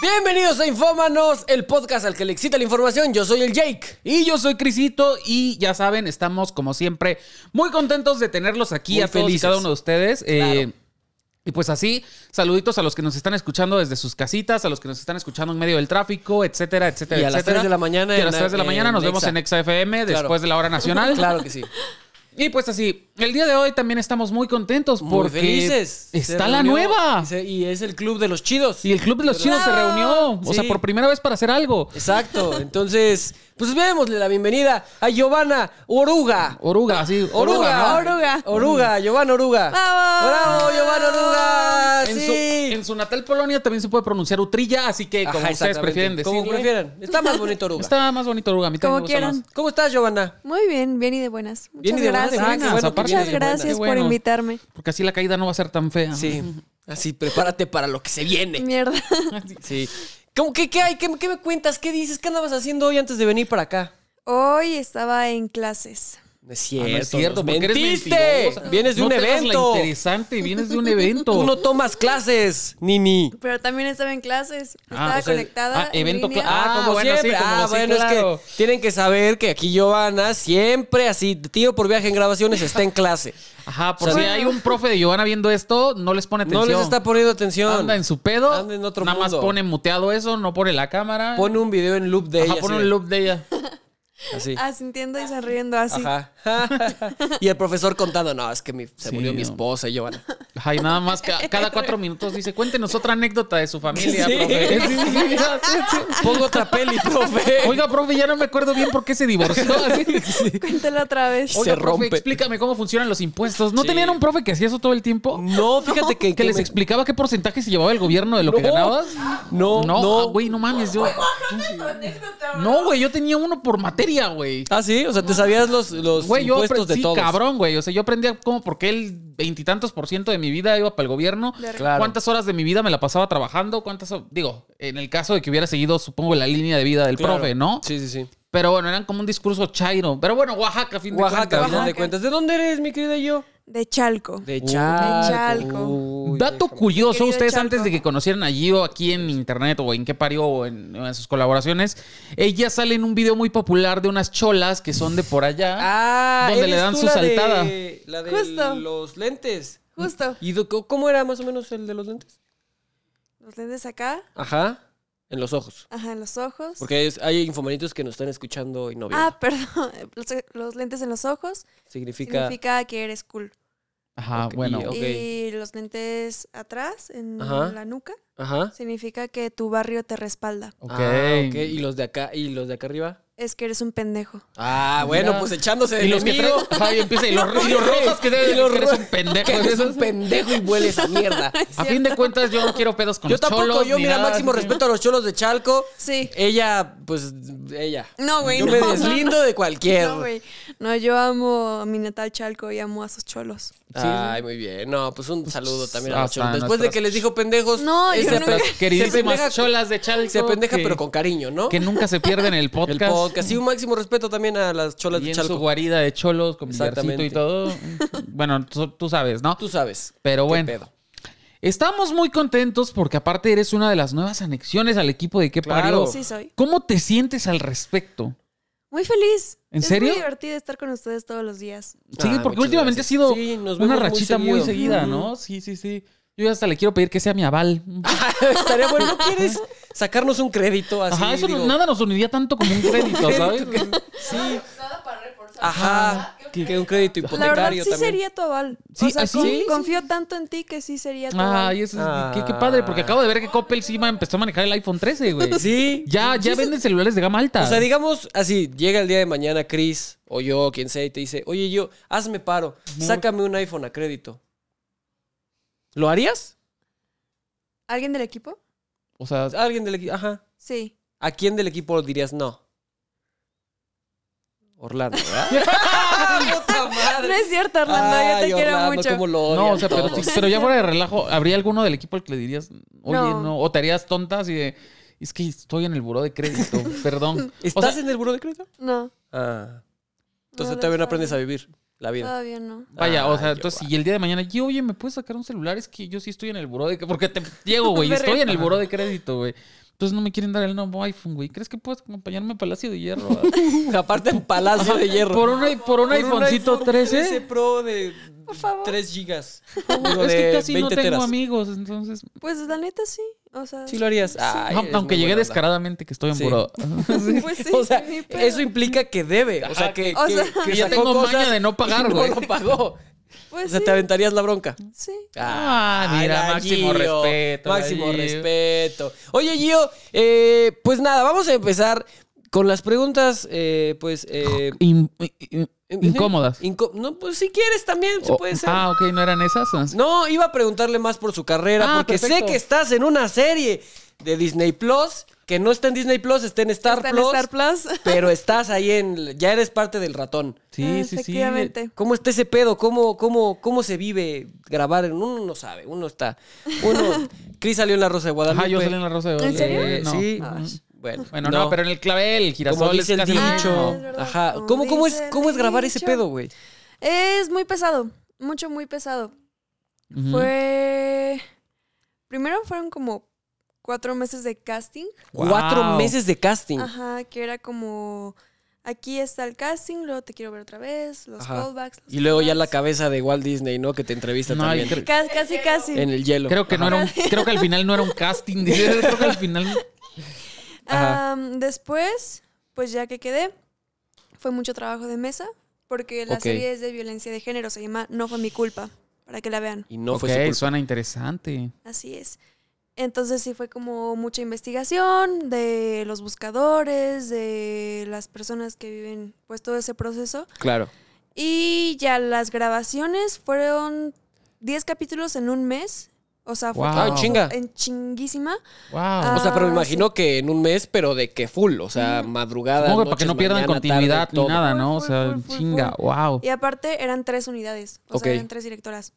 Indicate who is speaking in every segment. Speaker 1: Bienvenidos a Infómanos, el podcast al que le excita la información. Yo soy el Jake.
Speaker 2: Y yo soy Crisito y ya saben, estamos como siempre muy contentos de tenerlos aquí
Speaker 1: Muy
Speaker 2: a todos y
Speaker 1: felices.
Speaker 2: cada uno de ustedes. Eh,
Speaker 1: Claro.
Speaker 2: y pues así, saluditos a los que nos están escuchando desde sus casitas, a los que nos están escuchando en medio del tráfico, etcétera, etcétera,
Speaker 1: Y a las
Speaker 2: etcétera.
Speaker 1: tres de la mañana
Speaker 2: Y a
Speaker 1: en-
Speaker 2: las 3 de la
Speaker 1: en
Speaker 2: mañana nos vemos
Speaker 1: Exa.
Speaker 2: en Exa FM
Speaker 1: Claro.
Speaker 2: después de la hora nacional.
Speaker 1: Claro que sí.
Speaker 2: Y pues así, el día de hoy también estamos muy contentos
Speaker 1: Muy
Speaker 2: porque
Speaker 1: felices. Se
Speaker 2: está la
Speaker 1: reunió
Speaker 2: nueva.
Speaker 1: y se- Y es el club de los chidos.
Speaker 2: Y el Club de los Chinos se reunió, o sea,
Speaker 1: Sí.
Speaker 2: por primera vez para hacer algo.
Speaker 1: Exacto. Entonces, pues démosle la bienvenida a Giovanna Oruga.
Speaker 2: Oruga, así, oruga,
Speaker 1: Oruga,
Speaker 2: ¿no?
Speaker 3: Oruga.
Speaker 1: Oruga, Giovanna Oruga.
Speaker 3: ¡Bravo!
Speaker 1: ¡Bravo, Giovanna Oruga!
Speaker 2: En, su,
Speaker 1: sí.
Speaker 2: en su natal Polonia también se puede pronunciar Utrilla, así que
Speaker 1: Ajá,
Speaker 2: como ustedes
Speaker 1: exactamente.
Speaker 2: prefieren decirle.
Speaker 1: Como prefieran. Está más bonito Oruga.
Speaker 2: Está más bonito Oruga, a mí también
Speaker 3: Como
Speaker 2: me gusta
Speaker 3: quieran.
Speaker 2: más.
Speaker 1: ¿Cómo estás, Giovanna?
Speaker 3: Muy bien, bien y de buenas. Muchas
Speaker 1: Bien y de buenas,
Speaker 3: gracias.
Speaker 1: ah, qué bueno que
Speaker 2: aparte,
Speaker 1: viene
Speaker 3: Muchas
Speaker 1: de buenas.
Speaker 3: gracias
Speaker 2: Qué
Speaker 3: por
Speaker 2: bueno,
Speaker 3: invitarme.
Speaker 2: Porque así la caída no va a ser tan fea.
Speaker 1: Sí. Así, prepárate para lo que se viene.
Speaker 3: Mierda.
Speaker 1: Sí.
Speaker 2: ah,
Speaker 1: ¿Cómo, qué, ¿Qué hay? ¿Qué, qué me cuentas? ¿Qué dices? ¿Qué andabas haciendo hoy antes de venir para acá?
Speaker 3: Hoy estaba en clases.
Speaker 1: No es
Speaker 2: Ah,
Speaker 1: cierto.
Speaker 2: no es cierto,
Speaker 1: nos
Speaker 2: porque eres
Speaker 1: mentiste.
Speaker 2: mentirosa.
Speaker 1: Vienes de
Speaker 2: No
Speaker 1: un
Speaker 2: te hagas la
Speaker 1: evento.
Speaker 2: interesante, vienes de un evento.
Speaker 1: Tú no tomas clases, Nini.
Speaker 3: Pero también estaba en clases.
Speaker 2: Ah,
Speaker 3: Estaba
Speaker 2: o sea,
Speaker 3: conectada.
Speaker 2: ah,
Speaker 3: en
Speaker 2: evento
Speaker 3: línea.
Speaker 2: cla- Ah, como siempre. Ah, bueno,
Speaker 1: bueno,
Speaker 2: sí, claro.
Speaker 1: es que tienen que saber que aquí Giovanna siempre así, tiro por viaje en grabaciones, está en clase.
Speaker 2: Ajá, por
Speaker 1: O sea,
Speaker 2: si
Speaker 1: bueno.
Speaker 2: hay un profe de Giovanna viendo esto, no les pone
Speaker 1: No
Speaker 2: atención.
Speaker 1: les está poniendo atención.
Speaker 2: Anda en su pedo.
Speaker 1: Anda en otro
Speaker 2: Nada más
Speaker 1: mundo.
Speaker 2: pone muteado eso, no pone la cámara.
Speaker 1: Pone un video en loop de
Speaker 2: Ajá,
Speaker 1: ella.
Speaker 2: pone
Speaker 1: así
Speaker 2: un
Speaker 1: de-
Speaker 2: loop de ella.
Speaker 1: Así.
Speaker 3: Ah, Asintiendo y sonriendo así.
Speaker 1: Ajá. y el profesor contando, no, es que mi- se
Speaker 2: Sí,
Speaker 1: murió mi
Speaker 2: no.
Speaker 1: esposa, Giovanna.
Speaker 2: Ay, nada más ca- cada cuatro minutos dice, cuéntenos otra anécdota de su familia,
Speaker 1: Sí.
Speaker 2: profe.
Speaker 1: Pongo otra peli, profe.
Speaker 2: Oiga, profe, ya no me acuerdo bien por qué se divorció. Así.
Speaker 3: Cuéntalo otra vez.
Speaker 1: Oye,
Speaker 2: Oiga,
Speaker 1: Se
Speaker 2: profe,
Speaker 1: rompe.
Speaker 2: explícame cómo funcionan los impuestos. ¿No
Speaker 1: Sí.
Speaker 2: tenían un profe que hacía eso todo el tiempo?
Speaker 1: no, fíjate que,
Speaker 2: ¿Que les
Speaker 1: me-
Speaker 2: explicaba qué porcentaje se llevaba el gobierno de lo que
Speaker 1: No.
Speaker 2: ganabas?
Speaker 1: No, no.
Speaker 2: ah, güey, no mames. Yo... No, güey, yo tenía uno por materia, güey.
Speaker 1: Ah, sí, o sea, te sabías los, los
Speaker 2: Güey, yo
Speaker 1: impuestos
Speaker 2: aprendí,
Speaker 1: de todos.
Speaker 2: cabrón, güey. O sea, yo aprendía como por qué el veintitantos por ciento de mi vida iba para el gobierno.
Speaker 1: Claro.
Speaker 2: ¿Cuántas horas de mi vida me la pasaba trabajando? ¿Cuántas? ho- Digo, en el caso de que hubiera seguido, supongo, la línea de vida del
Speaker 1: Claro.
Speaker 2: profe, ¿no?
Speaker 1: Sí, sí, sí.
Speaker 2: Pero bueno, eran como un discurso chairo. Pero bueno, Oaxaca, a fin de
Speaker 1: Oaxaca, a
Speaker 2: cuentas.
Speaker 1: final
Speaker 2: ¿no?
Speaker 1: de cuentas. ¿De dónde eres, mi querida yo?
Speaker 3: De Chalco.
Speaker 1: De
Speaker 3: Chalco.
Speaker 1: Uy,
Speaker 2: Dato
Speaker 1: déjame.
Speaker 2: curioso,
Speaker 3: Querido
Speaker 2: ustedes
Speaker 3: Chalco.
Speaker 2: antes de que conocieran a Gio aquí en internet o en qué parió o en, en sus colaboraciones, ella sale en un video muy popular de unas cholas que son de por allá.
Speaker 1: Ah,
Speaker 2: donde le
Speaker 1: eres
Speaker 2: dan
Speaker 1: tú
Speaker 2: su
Speaker 1: la
Speaker 2: saltada.
Speaker 1: De, la de
Speaker 3: Justo.
Speaker 1: los lentes.
Speaker 3: Justo.
Speaker 1: ¿Y do- co- cómo era más o menos el de los lentes?
Speaker 3: Los lentes acá.
Speaker 1: Ajá, en los ojos.
Speaker 3: Ajá, en los ojos.
Speaker 1: Porque es- hay infomanitos que nos están escuchando y no viendo.
Speaker 3: Ah, perdón. Los, los lentes en los ojos
Speaker 1: significa,
Speaker 3: significa que eres cool.
Speaker 2: Ajá,
Speaker 1: Ok,
Speaker 2: bueno.
Speaker 1: y- ok.
Speaker 3: Y los lentes atrás, en
Speaker 1: Ajá.
Speaker 3: la nuca,
Speaker 1: Ajá.
Speaker 3: significa que tu barrio te respalda.
Speaker 2: ok.
Speaker 1: Ah, ok. ¿Y los de acá? ¿Y los de acá arriba?
Speaker 3: Es que eres un pendejo.
Speaker 1: Ah,
Speaker 2: Mira.
Speaker 1: bueno, pues echándose de
Speaker 2: Y los que
Speaker 1: enemigo.
Speaker 2: traen- ajá, y empieza, y los, y los rosas que
Speaker 1: Y
Speaker 2: deben
Speaker 1: los
Speaker 2: que eres
Speaker 1: ro-
Speaker 2: un pendejo.
Speaker 1: Que eres un pendejo y hueles a mierda.
Speaker 2: A fin de cuentas, yo no quiero pedos con
Speaker 1: Yo
Speaker 2: los
Speaker 1: tampoco,
Speaker 2: cholos,
Speaker 1: yo
Speaker 2: ni
Speaker 1: mira,
Speaker 2: nada,
Speaker 1: máximo
Speaker 2: así que-
Speaker 1: respeto a los cholos de Chalco.
Speaker 3: Sí.
Speaker 1: Ella, pues, ella.
Speaker 3: No, güey,
Speaker 1: Yo
Speaker 3: no.
Speaker 1: me deslindo de cualquier.
Speaker 3: No, güey. No, yo amo a mi natal Chalco y amo a sus cholos.
Speaker 1: Ay, muy bien. No, pues un saludo también a los
Speaker 2: hasta
Speaker 1: cholos. Después de
Speaker 2: nuestras-
Speaker 1: que les dijo pendejos.
Speaker 3: No, yo
Speaker 1: ese-
Speaker 3: nunca-
Speaker 2: Nuestras
Speaker 1: se
Speaker 2: queridísimas
Speaker 1: pendeja-
Speaker 2: cholas de Chalco.
Speaker 1: Se pendeja,
Speaker 2: que-
Speaker 1: pero con cariño, ¿no?
Speaker 2: Que nunca se pierden el
Speaker 1: El
Speaker 2: podcast.
Speaker 1: podcast. Y un máximo respeto también a las cholas
Speaker 2: Y
Speaker 1: de
Speaker 2: en su
Speaker 1: Chalco.
Speaker 2: guarida de cholos, con billarcito
Speaker 1: Exactamente.
Speaker 2: y todo. Bueno, tú, tú sabes, ¿no?
Speaker 1: Tú sabes.
Speaker 2: Pero
Speaker 1: qué
Speaker 2: bueno.
Speaker 1: pedo.
Speaker 2: Estamos muy contentos porque aparte eres una de las nuevas anexiones al equipo de Qué
Speaker 1: Claro.
Speaker 2: Parió.
Speaker 3: Sí soy.
Speaker 2: ¿Cómo te sientes al respecto?
Speaker 3: Muy feliz.
Speaker 2: ¿En serio?
Speaker 3: Es muy divertido estar con ustedes todos los días.
Speaker 2: Sí,
Speaker 1: Ah,
Speaker 2: porque
Speaker 1: muchas
Speaker 2: últimamente
Speaker 1: gracias.
Speaker 2: ha sido
Speaker 1: Sí, nos
Speaker 2: una
Speaker 1: vemos muy
Speaker 2: rachita muy,
Speaker 1: seguido.
Speaker 2: seguida,
Speaker 1: Ujú.
Speaker 2: ¿no? Sí, sí, sí. Yo hasta le quiero pedir que sea mi aval.
Speaker 1: Estaría bueno, ¿no quieres sacarnos un crédito así?
Speaker 2: Ajá, eso no-
Speaker 1: Ah, digo,
Speaker 2: nada nos uniría tanto como un crédito, ¿sabes?
Speaker 1: Sí. Ajá, que un crédito
Speaker 3: La
Speaker 1: hipotecario
Speaker 3: verdad, sí
Speaker 1: Pues también. ¿ah,
Speaker 3: sería tu aval.
Speaker 2: Sí,
Speaker 3: o sea,
Speaker 2: así-
Speaker 3: con-
Speaker 2: sí, sí.
Speaker 3: confío tanto en ti que sí sería tu aval.
Speaker 2: Ay, eso es, qué, qué padre, porque acabo de ver que Coppel sí ma- empezó a manejar el iPhone 13, güey.
Speaker 1: Sí.
Speaker 2: Ya, ya venden celulares de gama alta.
Speaker 1: O sea, digamos así, llega el día de mañana Chris o yo, quien sea, y te dice, oye yo, hazme paro, sácame un iPhone a crédito. ¿Lo harías?
Speaker 3: ¿Alguien del equipo?
Speaker 2: O sea,
Speaker 1: ¿Alguien del equipo? Ajá.
Speaker 3: Sí.
Speaker 1: ¿A quién del equipo dirías no? Orlando, ¿verdad? ¡Puta madre!
Speaker 3: No es cierto, Orlando, yo te
Speaker 1: Ay,
Speaker 3: quiero
Speaker 1: Orlando,
Speaker 3: mucho.
Speaker 1: cómo lo odian
Speaker 2: no, o sea, pero,
Speaker 1: todos.
Speaker 2: pero ya fuera de relajo, ¿habría alguno del equipo al que le dirías, oye, no,
Speaker 3: No.
Speaker 2: o te harías tontas y de, es que estoy en el buró de crédito, perdón. O
Speaker 1: ¿Estás
Speaker 2: sea,
Speaker 1: en el buro de crédito?
Speaker 3: No,
Speaker 1: Ah. Entonces
Speaker 3: No,
Speaker 1: todavía no
Speaker 3: no
Speaker 1: aprendes a vivir la vida.
Speaker 3: todavía no.
Speaker 2: Vaya, o sea,
Speaker 1: Ay,
Speaker 2: entonces,
Speaker 1: Giovanna.
Speaker 2: y el día de mañana, yo, oye, ¿me puedes sacar un celular? Es que yo sí estoy en el buró de... Porque te llego, güey,
Speaker 3: Me
Speaker 2: estoy en
Speaker 3: río.
Speaker 2: el buró de crédito, güey. Entonces no me quieren dar el nuevo iPhone, güey. ¿Crees que puedes acompañarme a Palacio de Hierro?
Speaker 1: Aparte en Palacio de Hierro.
Speaker 2: por un, i- por un iPhonecito
Speaker 1: Ah. iPhone 13 Pro de 3 gigas. Uno
Speaker 2: es que
Speaker 1: de
Speaker 2: casi no
Speaker 1: 20
Speaker 2: tengo
Speaker 1: teras.
Speaker 2: amigos, entonces.
Speaker 3: Pues la neta sí. O sea,
Speaker 1: Sí lo harías. Ah. Ay,
Speaker 2: Aun-
Speaker 1: eres
Speaker 2: Aunque
Speaker 1: muy
Speaker 2: llegué
Speaker 1: buena onda.
Speaker 2: descaradamente que estoy
Speaker 1: Sí.
Speaker 2: emburado.
Speaker 3: pues sí,
Speaker 1: O sea,
Speaker 3: sí, ni pedo.
Speaker 1: eso implica que debe. O sea,
Speaker 2: Ajá,
Speaker 1: que,
Speaker 3: o
Speaker 1: que-
Speaker 3: sea-
Speaker 1: que
Speaker 2: Que ya
Speaker 1: sacó
Speaker 2: tengo
Speaker 1: cosas
Speaker 2: maña de no pagar,
Speaker 1: y
Speaker 2: güey.
Speaker 1: No lo pagó.
Speaker 3: pues
Speaker 1: O sea,
Speaker 3: sí,
Speaker 1: te aventarías la bronca.
Speaker 3: sí.
Speaker 2: Ah,
Speaker 1: Ay,
Speaker 2: mira,
Speaker 1: la Gio,
Speaker 2: máximo respeto. la
Speaker 1: Máximo
Speaker 2: Gio.
Speaker 1: respeto. Oye, Gio, eh, pues nada, vamos a empezar con las preguntas, eh, pues... eh,
Speaker 2: In- in- incómodas.
Speaker 1: inco- no, pues si quieres también se
Speaker 2: Oh,
Speaker 1: puede ser.
Speaker 2: Ah, ok, no eran esas. Ah,
Speaker 1: No, iba a preguntarle más por su carrera,
Speaker 2: Ah,
Speaker 1: porque sé
Speaker 2: perfecto.
Speaker 1: que estás en una serie de Disney Plus, que no está en Disney Plus, está en Star,
Speaker 3: Está en
Speaker 1: Plus,
Speaker 3: Star Plus.
Speaker 1: pero estás ahí en... Ya eres parte del ratón.
Speaker 2: Sí, sí, sí.
Speaker 3: Efectivamente.
Speaker 1: ¿Cómo está ese pedo? ¿Cómo, cómo, cómo se vive grabar? en- Uno no sabe, uno está... Uno... Cris salió en La Rosa de Guadalupe.
Speaker 2: Ajá, yo salí en la rosa de Guadalupe.
Speaker 3: serio?
Speaker 1: Eh,
Speaker 2: No.
Speaker 1: pues.
Speaker 2: Mm,
Speaker 1: Sí.
Speaker 3: Ay.
Speaker 1: Bueno,
Speaker 2: Bueno, no. pero en el clavel, el girasol
Speaker 1: como dice el
Speaker 2: es casi lo
Speaker 1: dicho.
Speaker 3: Ah, es
Speaker 2: mismo.
Speaker 3: verdad.
Speaker 1: Ajá.
Speaker 3: Como
Speaker 1: ¿Cómo, cómo, es,
Speaker 3: dice el
Speaker 1: ¿Cómo es grabar ese
Speaker 3: dicho.
Speaker 1: pedo, güey?
Speaker 3: Es muy pesado, mucho, muy pesado.
Speaker 2: Ujú.
Speaker 3: Fue... Primero fueron como cuatro meses de casting.
Speaker 2: Wow.
Speaker 1: Cuatro meses de casting.
Speaker 3: Ajá, que era como... Aquí está el casting, luego te quiero ver otra vez, los
Speaker 1: Ajá.
Speaker 3: callbacks. los
Speaker 1: Y luego ya la
Speaker 3: callbacks.
Speaker 1: cabeza de Walt Disney, ¿no? Que te entrevista
Speaker 2: No,
Speaker 1: también.
Speaker 2: y cre-
Speaker 3: Ca- Casi, casi.
Speaker 1: En el hielo.
Speaker 2: Creo que no era un, creo que al final no era un casting. dice, Creo que al final.
Speaker 1: Ajá.
Speaker 3: Am, después, pues ya que quedé, fue mucho trabajo de mesa, porque la
Speaker 1: Ok.
Speaker 3: serie es de violencia de género, se llama No fue mi culpa, para que la vean.
Speaker 1: Y no
Speaker 2: ok,
Speaker 1: fue su culpa.
Speaker 2: suena interesante.
Speaker 3: Así es. Entonces sí fue como mucha investigación de los buscadores, de las personas que viven pues todo ese proceso.
Speaker 1: Claro.
Speaker 3: Y ya las grabaciones fueron 10 capítulos en un mes. O sea, fue
Speaker 2: Wow.
Speaker 3: como
Speaker 2: Ah, en
Speaker 1: chinga.
Speaker 3: en chinguísima.
Speaker 2: Wow.
Speaker 1: O sea, pero me
Speaker 3: Ah,
Speaker 1: imagino que en un mes, pero de que full. O sea, madrugada.
Speaker 2: Supongo que para
Speaker 1: noches,
Speaker 2: que no pierdan
Speaker 1: mañana,
Speaker 2: continuidad
Speaker 1: tarde,
Speaker 2: ni
Speaker 1: todo.
Speaker 2: nada,
Speaker 3: Full,
Speaker 2: ¿no? O
Speaker 3: full,
Speaker 2: sea,
Speaker 3: full, full,
Speaker 2: chinga, wow.
Speaker 3: Y aparte eran tres unidades, o
Speaker 1: Ok.
Speaker 3: sea, eran tres directoras.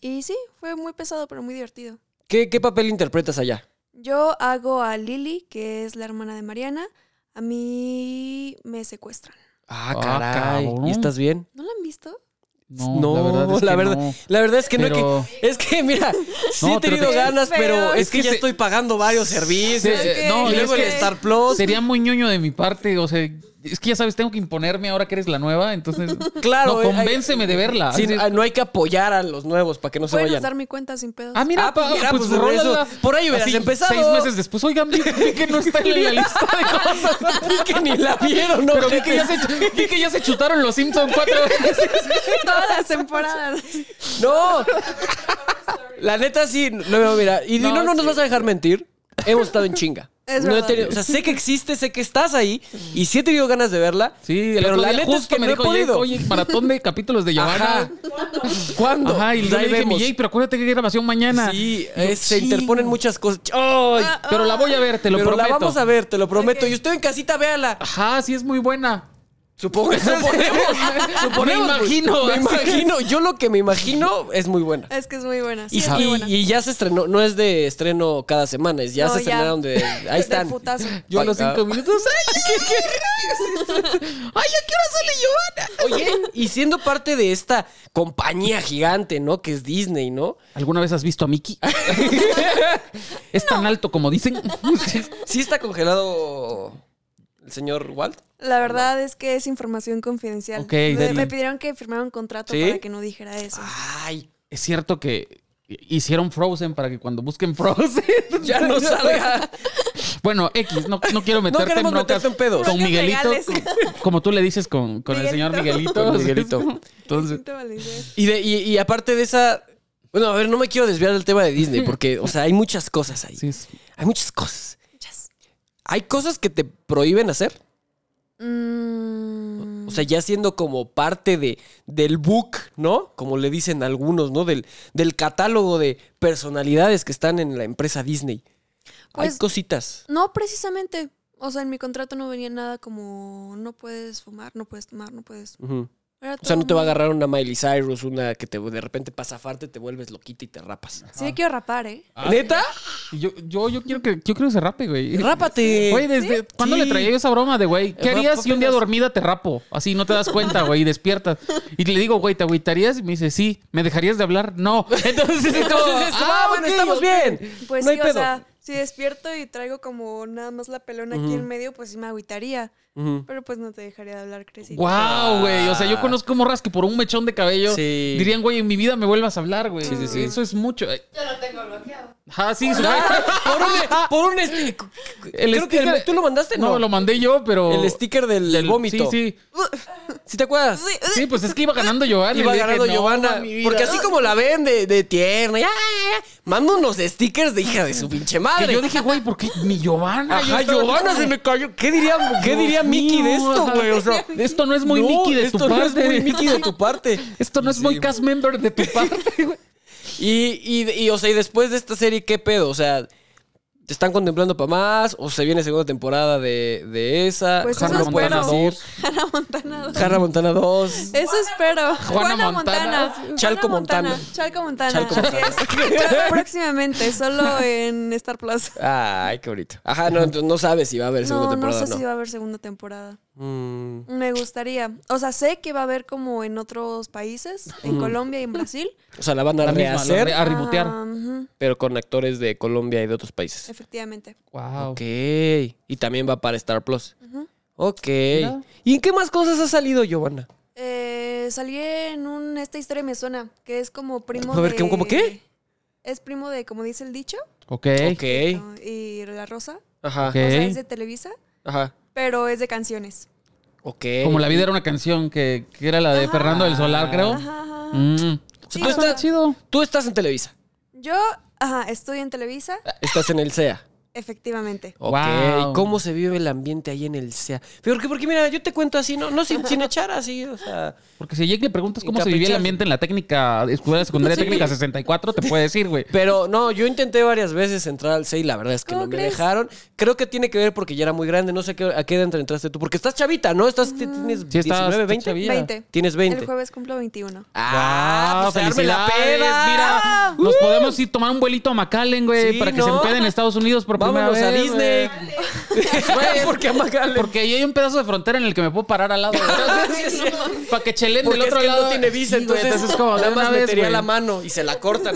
Speaker 3: Y sí, fue muy pesado, pero muy divertido.
Speaker 1: ¿Qué, qué papel interpretas allá?
Speaker 3: Yo hago a Lily, que es la hermana de Mariana. A mí me secuestran.
Speaker 1: Ah,
Speaker 2: Ah,
Speaker 1: caray.
Speaker 2: cabrón.
Speaker 1: ¿Y estás bien?
Speaker 3: ¿No la han visto?
Speaker 2: No, la verdad es que
Speaker 1: la verdad,
Speaker 2: no.
Speaker 1: la verdad es que no.
Speaker 2: Pero-
Speaker 1: es que- es que, mira, sí
Speaker 2: No,
Speaker 1: he
Speaker 2: pero
Speaker 1: tenido
Speaker 2: te-
Speaker 1: ganas, pero
Speaker 3: Pero-
Speaker 1: es,
Speaker 2: Es
Speaker 1: que,
Speaker 2: que
Speaker 1: ya
Speaker 2: se-
Speaker 1: estoy pagando varios servicios.
Speaker 2: Sí,
Speaker 3: eh,
Speaker 1: y
Speaker 3: no, y
Speaker 1: luego
Speaker 3: es
Speaker 1: el
Speaker 3: que-
Speaker 1: Star Plus.
Speaker 2: Sería muy ñoño de mi parte, o sea, es que ya sabes, tengo que imponerme ahora que eres la nueva, entonces.
Speaker 1: Claro,
Speaker 2: No,
Speaker 1: eh, hay-
Speaker 2: convénceme de verla.
Speaker 1: Sí,
Speaker 2: Así-
Speaker 1: ah, no hay que apoyar a los nuevos para que no se
Speaker 3: Pueden
Speaker 1: vayan.
Speaker 3: usar mi cuenta sin pedos.
Speaker 2: Ah, mira,
Speaker 1: Ah, pues
Speaker 2: pa-
Speaker 1: mira,
Speaker 2: pues
Speaker 1: pues, por eso-
Speaker 2: rólala.
Speaker 1: por ahí hubieras
Speaker 2: Así,
Speaker 1: empezado.
Speaker 2: Seis meses después, oigan, vi vi que no está en la lista de cosas.
Speaker 1: que ni la vieron, ¿no?
Speaker 2: Pero vi que, ya se, ch- vi que ya se chutaron los Simpson cuatro veces.
Speaker 3: Todas las temporadas.
Speaker 1: No. La neta sí, no, no, mira, y no,
Speaker 2: No,
Speaker 1: no nos
Speaker 2: sí.
Speaker 1: vas a dejar mentir. Hemos estado en chinga.
Speaker 3: Es
Speaker 1: No he
Speaker 3: verdad.
Speaker 1: tenido- o sea, sé que existe, sé que estás ahí y sí he tenido ganas de verla.
Speaker 2: Sí, el
Speaker 1: pero
Speaker 2: otro
Speaker 1: la
Speaker 2: día
Speaker 1: neta es
Speaker 2: justo
Speaker 1: que
Speaker 2: me
Speaker 1: no he
Speaker 2: dijo, "Oye,
Speaker 1: podido.
Speaker 2: oye, maratón de capítulos de
Speaker 1: Ajá.
Speaker 2: Giovanna.
Speaker 1: ¿Cuándo?
Speaker 2: Ajá, y yo
Speaker 1: Ahí
Speaker 2: le dije, mi
Speaker 1: vemos.
Speaker 2: Jake, pero acuérdate que hay grabación mañana.
Speaker 1: Sí,
Speaker 2: Y yo,
Speaker 1: es- se
Speaker 2: pues "Sí".
Speaker 1: interponen muchas cosas. ¡Ay!
Speaker 3: Ah.
Speaker 2: Pero la voy a ver, te lo
Speaker 1: pero
Speaker 2: prometo.
Speaker 1: la vamos a ver, te lo prometo. Y usted en casita, véala.
Speaker 2: Ajá, sí es muy buena.
Speaker 1: Supongo, suponemos. suponemos,
Speaker 2: Me
Speaker 1: pues.
Speaker 2: imagino.
Speaker 1: Me imagino. Yo lo que me imagino es muy buena.
Speaker 3: ah, Es que es muy buena. Sí,
Speaker 1: Y,
Speaker 3: es muy
Speaker 1: y-
Speaker 3: buena.
Speaker 1: y ya se estrenó, no es de estreno cada semana, es ya
Speaker 3: No,
Speaker 1: se
Speaker 3: ya.
Speaker 1: estrenaron de. Ahí
Speaker 3: De
Speaker 1: están.
Speaker 3: putazo.
Speaker 2: Yo a los
Speaker 1: Ah.
Speaker 2: cinco minutos. ¡Ay, qué, qué- qué- ay, ya quiero hacerle Giovanna!
Speaker 1: Oye, y siendo parte de esta compañía gigante, ¿no? Que es Disney, ¿no?
Speaker 2: ¿Alguna vez has visto a Mickey? es tan alto como dicen.
Speaker 1: Sí está congelado el señor Walt.
Speaker 3: La verdad es que es información confidencial.
Speaker 2: Ok,
Speaker 3: me,
Speaker 2: dale.
Speaker 3: me pidieron que firmara un contrato
Speaker 1: ¿Sí? Ah,
Speaker 3: para que no dijera eso.
Speaker 1: Ay,
Speaker 2: es cierto que hicieron Frozen para que cuando busquen Frozen.
Speaker 1: ya no salga.
Speaker 2: Bueno, X, no, no quiero meterte en
Speaker 1: queremos
Speaker 2: broncas
Speaker 1: meterte en pedos.
Speaker 2: con
Speaker 3: Broncas
Speaker 2: Miguelito.
Speaker 3: legales.
Speaker 2: con- como tú le dices con, con el señor
Speaker 3: Miguelito.
Speaker 2: Miguelito.
Speaker 1: Con Miguelito.
Speaker 2: Entonces,
Speaker 3: Siento ¿eh? validez.
Speaker 1: Y, de- y, y aparte de esa. Bueno, a ver, no me quiero desviar del tema de Disney, porque, o sea, hay muchas cosas ahí.
Speaker 2: sí, es-
Speaker 1: Hay muchas cosas.
Speaker 3: Yes.
Speaker 1: Hay cosas que te prohíben hacer.
Speaker 3: Mm,
Speaker 1: O sea, ya siendo como parte de, del book, ¿no? Como le dicen algunos, ¿no? Del, del catálogo de personalidades que están en la empresa Disney. Hay
Speaker 3: Pues-
Speaker 1: cositas.
Speaker 3: No, precisamente. O sea, en mi contrato no venía nada como no puedes fumar, no puedes tomar, no puedes.
Speaker 1: Ujú.
Speaker 3: Era
Speaker 1: O sea, no
Speaker 3: todo
Speaker 1: te va a
Speaker 3: muy-
Speaker 1: agarrar una Miley Cyrus, una que te, de repente pasa fuerte, te vuelves loquita y te rapas. Ah,
Speaker 3: Sí me quiero rapar, ¿eh?
Speaker 1: ¿Neta?
Speaker 2: ah, yo, yo, yo quiero que yo quiero que se rape, güey.
Speaker 1: ¡Rápate!
Speaker 2: Güey, ¿desde cuándo
Speaker 1: eh, Sí.
Speaker 2: le traía yo esa broma de güey? ¿Qué
Speaker 1: Rap-
Speaker 2: harías si un día
Speaker 1: apenas.
Speaker 2: dormida te rapo? Así no te das cuenta, güey, y despiertas. Y le digo, güey, ¿te agüitarías? Y me dice, sí. ¿Me dejarías de hablar? No.
Speaker 1: Entonces,
Speaker 2: Entonces,
Speaker 1: es como, ah, bueno,
Speaker 2: ok,
Speaker 1: estamos
Speaker 2: ok.
Speaker 1: bien.
Speaker 3: Pues
Speaker 1: no hay
Speaker 3: sí,
Speaker 1: pedo.
Speaker 3: o sea, si despierto y traigo como nada más la pelona aquí
Speaker 1: Ujú.
Speaker 3: en medio, pues sí me agüitaría.
Speaker 1: Ujú.
Speaker 3: Pero pues no te dejaría de hablar, crecito.
Speaker 2: Wow, güey. O sea, yo conozco morras que por un mechón de cabello
Speaker 1: Sí.
Speaker 2: dirían, güey, en mi vida me vuelvas a hablar, güey.
Speaker 1: Sí, sí, sí.
Speaker 2: Eso es mucho. Ay,
Speaker 4: Yo lo tengo bloqueado.
Speaker 2: Ah, sí, su- güey.
Speaker 1: Por un, por un esti-
Speaker 2: El
Speaker 1: creo que el-
Speaker 2: sticker-
Speaker 1: tú lo mandaste, ¿no?
Speaker 2: No, lo mandé yo, pero.
Speaker 1: El sticker del, del vómito. Sí,
Speaker 2: Sí, sí.
Speaker 1: te acuerdas?
Speaker 3: Sí,
Speaker 2: Sí, pues es que iba ganando Giovanna.
Speaker 1: Iba
Speaker 2: y dije,
Speaker 1: ganando
Speaker 2: no,
Speaker 1: Giovanna.
Speaker 2: mi vida.
Speaker 1: Porque así como la ven de, de tierna, ya, ya, ya, manda unos stickers de hija de su pinche
Speaker 2: Que
Speaker 1: madre.
Speaker 2: yo dije, güey, ¿por qué mi Giovanna? Yo
Speaker 1: Ajá,
Speaker 2: estaba-
Speaker 1: Giovanna se me cayó. ¿Qué diría, qué
Speaker 2: Dios
Speaker 1: diría Mickey de
Speaker 2: mío,
Speaker 1: esto,
Speaker 2: ajá.
Speaker 1: güey? O sea,
Speaker 2: esto no es muy
Speaker 1: no,
Speaker 2: Mickey de
Speaker 1: esto
Speaker 2: tu
Speaker 1: no
Speaker 2: parte.
Speaker 1: es muy Mickey de tu parte.
Speaker 2: Esto no es muy cast member de tu parte, güey.
Speaker 1: Y, y, y, o sea, y después de esta serie, ¿qué pedo? O sea, ¿te están contemplando para más? ¿O se viene segunda temporada de, de esa?
Speaker 3: Pues
Speaker 1: Hannah
Speaker 3: eso espero.
Speaker 1: Montana 2.
Speaker 3: Hannah Montana.
Speaker 1: Hannah Montana 2.
Speaker 3: Eso espero.
Speaker 2: Juana Montana.
Speaker 3: Juana
Speaker 1: Chalco Montana.
Speaker 3: Chalco Montana.
Speaker 1: Chalco Montana.
Speaker 3: Así es. Pr- Próximamente, solo en Star Plus.
Speaker 1: Ay, qué bonito. Ajá, no, entonces no sabes si va a haber segunda
Speaker 3: No, no
Speaker 1: temporada
Speaker 3: sé
Speaker 1: o no.
Speaker 3: si va a haber segunda temporada.
Speaker 1: Mm,
Speaker 3: Me gustaría. O sea, sé que va a haber como en otros países, en Colombia y en Brasil.
Speaker 1: o sea, la van a
Speaker 2: La misma, la
Speaker 1: rehacer,
Speaker 2: re- a rebotear.
Speaker 3: Ah, ujú,
Speaker 1: pero con actores de Colombia y de otros países.
Speaker 3: efectivamente.
Speaker 2: Wow.
Speaker 1: Ok. Y también va para Star Plus. Ok.
Speaker 2: Mira.
Speaker 1: ¿Y en qué más cosas ha salido, Giovanna?
Speaker 3: Eh, salí en un Esta historia me suena, que es como primo
Speaker 1: A ver,
Speaker 3: de...
Speaker 1: ¿qué- cómo qué?
Speaker 3: Es primo de, como dice el dicho,
Speaker 2: Ok.
Speaker 1: Ok.
Speaker 3: ¿no? y La Rosa.
Speaker 1: Ajá.
Speaker 2: Ok.
Speaker 3: O sea, es de Televisa,
Speaker 1: Ajá.
Speaker 3: pero es de canciones.
Speaker 1: Ok.
Speaker 2: Como la
Speaker 1: Eh,
Speaker 2: vida era una canción que, que era la de Fernando del Solar, creo.
Speaker 3: Ajá, ajá.
Speaker 2: Mm.
Speaker 3: Sí,
Speaker 2: Ah,
Speaker 3: o
Speaker 2: está
Speaker 3: sea-
Speaker 2: chido.
Speaker 1: Tú estás en Televisa.
Speaker 3: Yo, ajá, estudio en Televisa,
Speaker 1: Estás en el CEA.
Speaker 3: efectivamente.
Speaker 1: Ok,
Speaker 2: Wow.
Speaker 1: ¿cómo se vive el ambiente ahí en el SEA? Porque, porque mira, yo te cuento así, no, no sin, sin echar así, o sea.
Speaker 2: Porque si a Jake le preguntas
Speaker 1: Y
Speaker 2: cómo se vivía el
Speaker 1: caprichar.
Speaker 2: ambiente en la técnica, escuela secundaria técnica 64, te puede decir, güey.
Speaker 1: Pero no, yo intenté varias veces entrar al SEA y la verdad es que no
Speaker 3: ¿Cómo
Speaker 1: me
Speaker 3: crees?
Speaker 1: dejaron. Creo que tiene que ver porque ya era muy grande, no sé a qué, a qué edad entraste tú, porque estás chavita, ¿no? Estás, t- tienes
Speaker 2: Sí, estás-
Speaker 1: 19,
Speaker 2: estás
Speaker 1: 20.
Speaker 2: chavilla.
Speaker 3: 20.
Speaker 1: Tienes 20.
Speaker 3: El jueves cumplo 21.
Speaker 1: Ah,
Speaker 2: Guau,
Speaker 1: pues, arme la
Speaker 2: felicidades,
Speaker 1: peda. Uh.
Speaker 2: Mira, nos podemos ir tomar un vuelito a McAllen, güey,
Speaker 1: Sí,
Speaker 2: para que
Speaker 1: ¿no?
Speaker 2: se empede en Estados Unidos por primera
Speaker 1: Vámonos
Speaker 2: vez.
Speaker 1: a
Speaker 2: güey.
Speaker 1: Disney. Güey, ¿Por qué a McAllen?
Speaker 2: Porque ahí hay un pedazo de frontera en el que me puedo parar al lado. para que chelen
Speaker 1: Porque
Speaker 2: del otro
Speaker 1: es que
Speaker 2: lado.
Speaker 1: no tiene visa,
Speaker 2: Sí, güey,
Speaker 1: entonces,
Speaker 2: es como de
Speaker 1: nada
Speaker 2: una
Speaker 1: más
Speaker 2: vez,
Speaker 1: metería
Speaker 2: güey.
Speaker 1: la mano y se la cortan.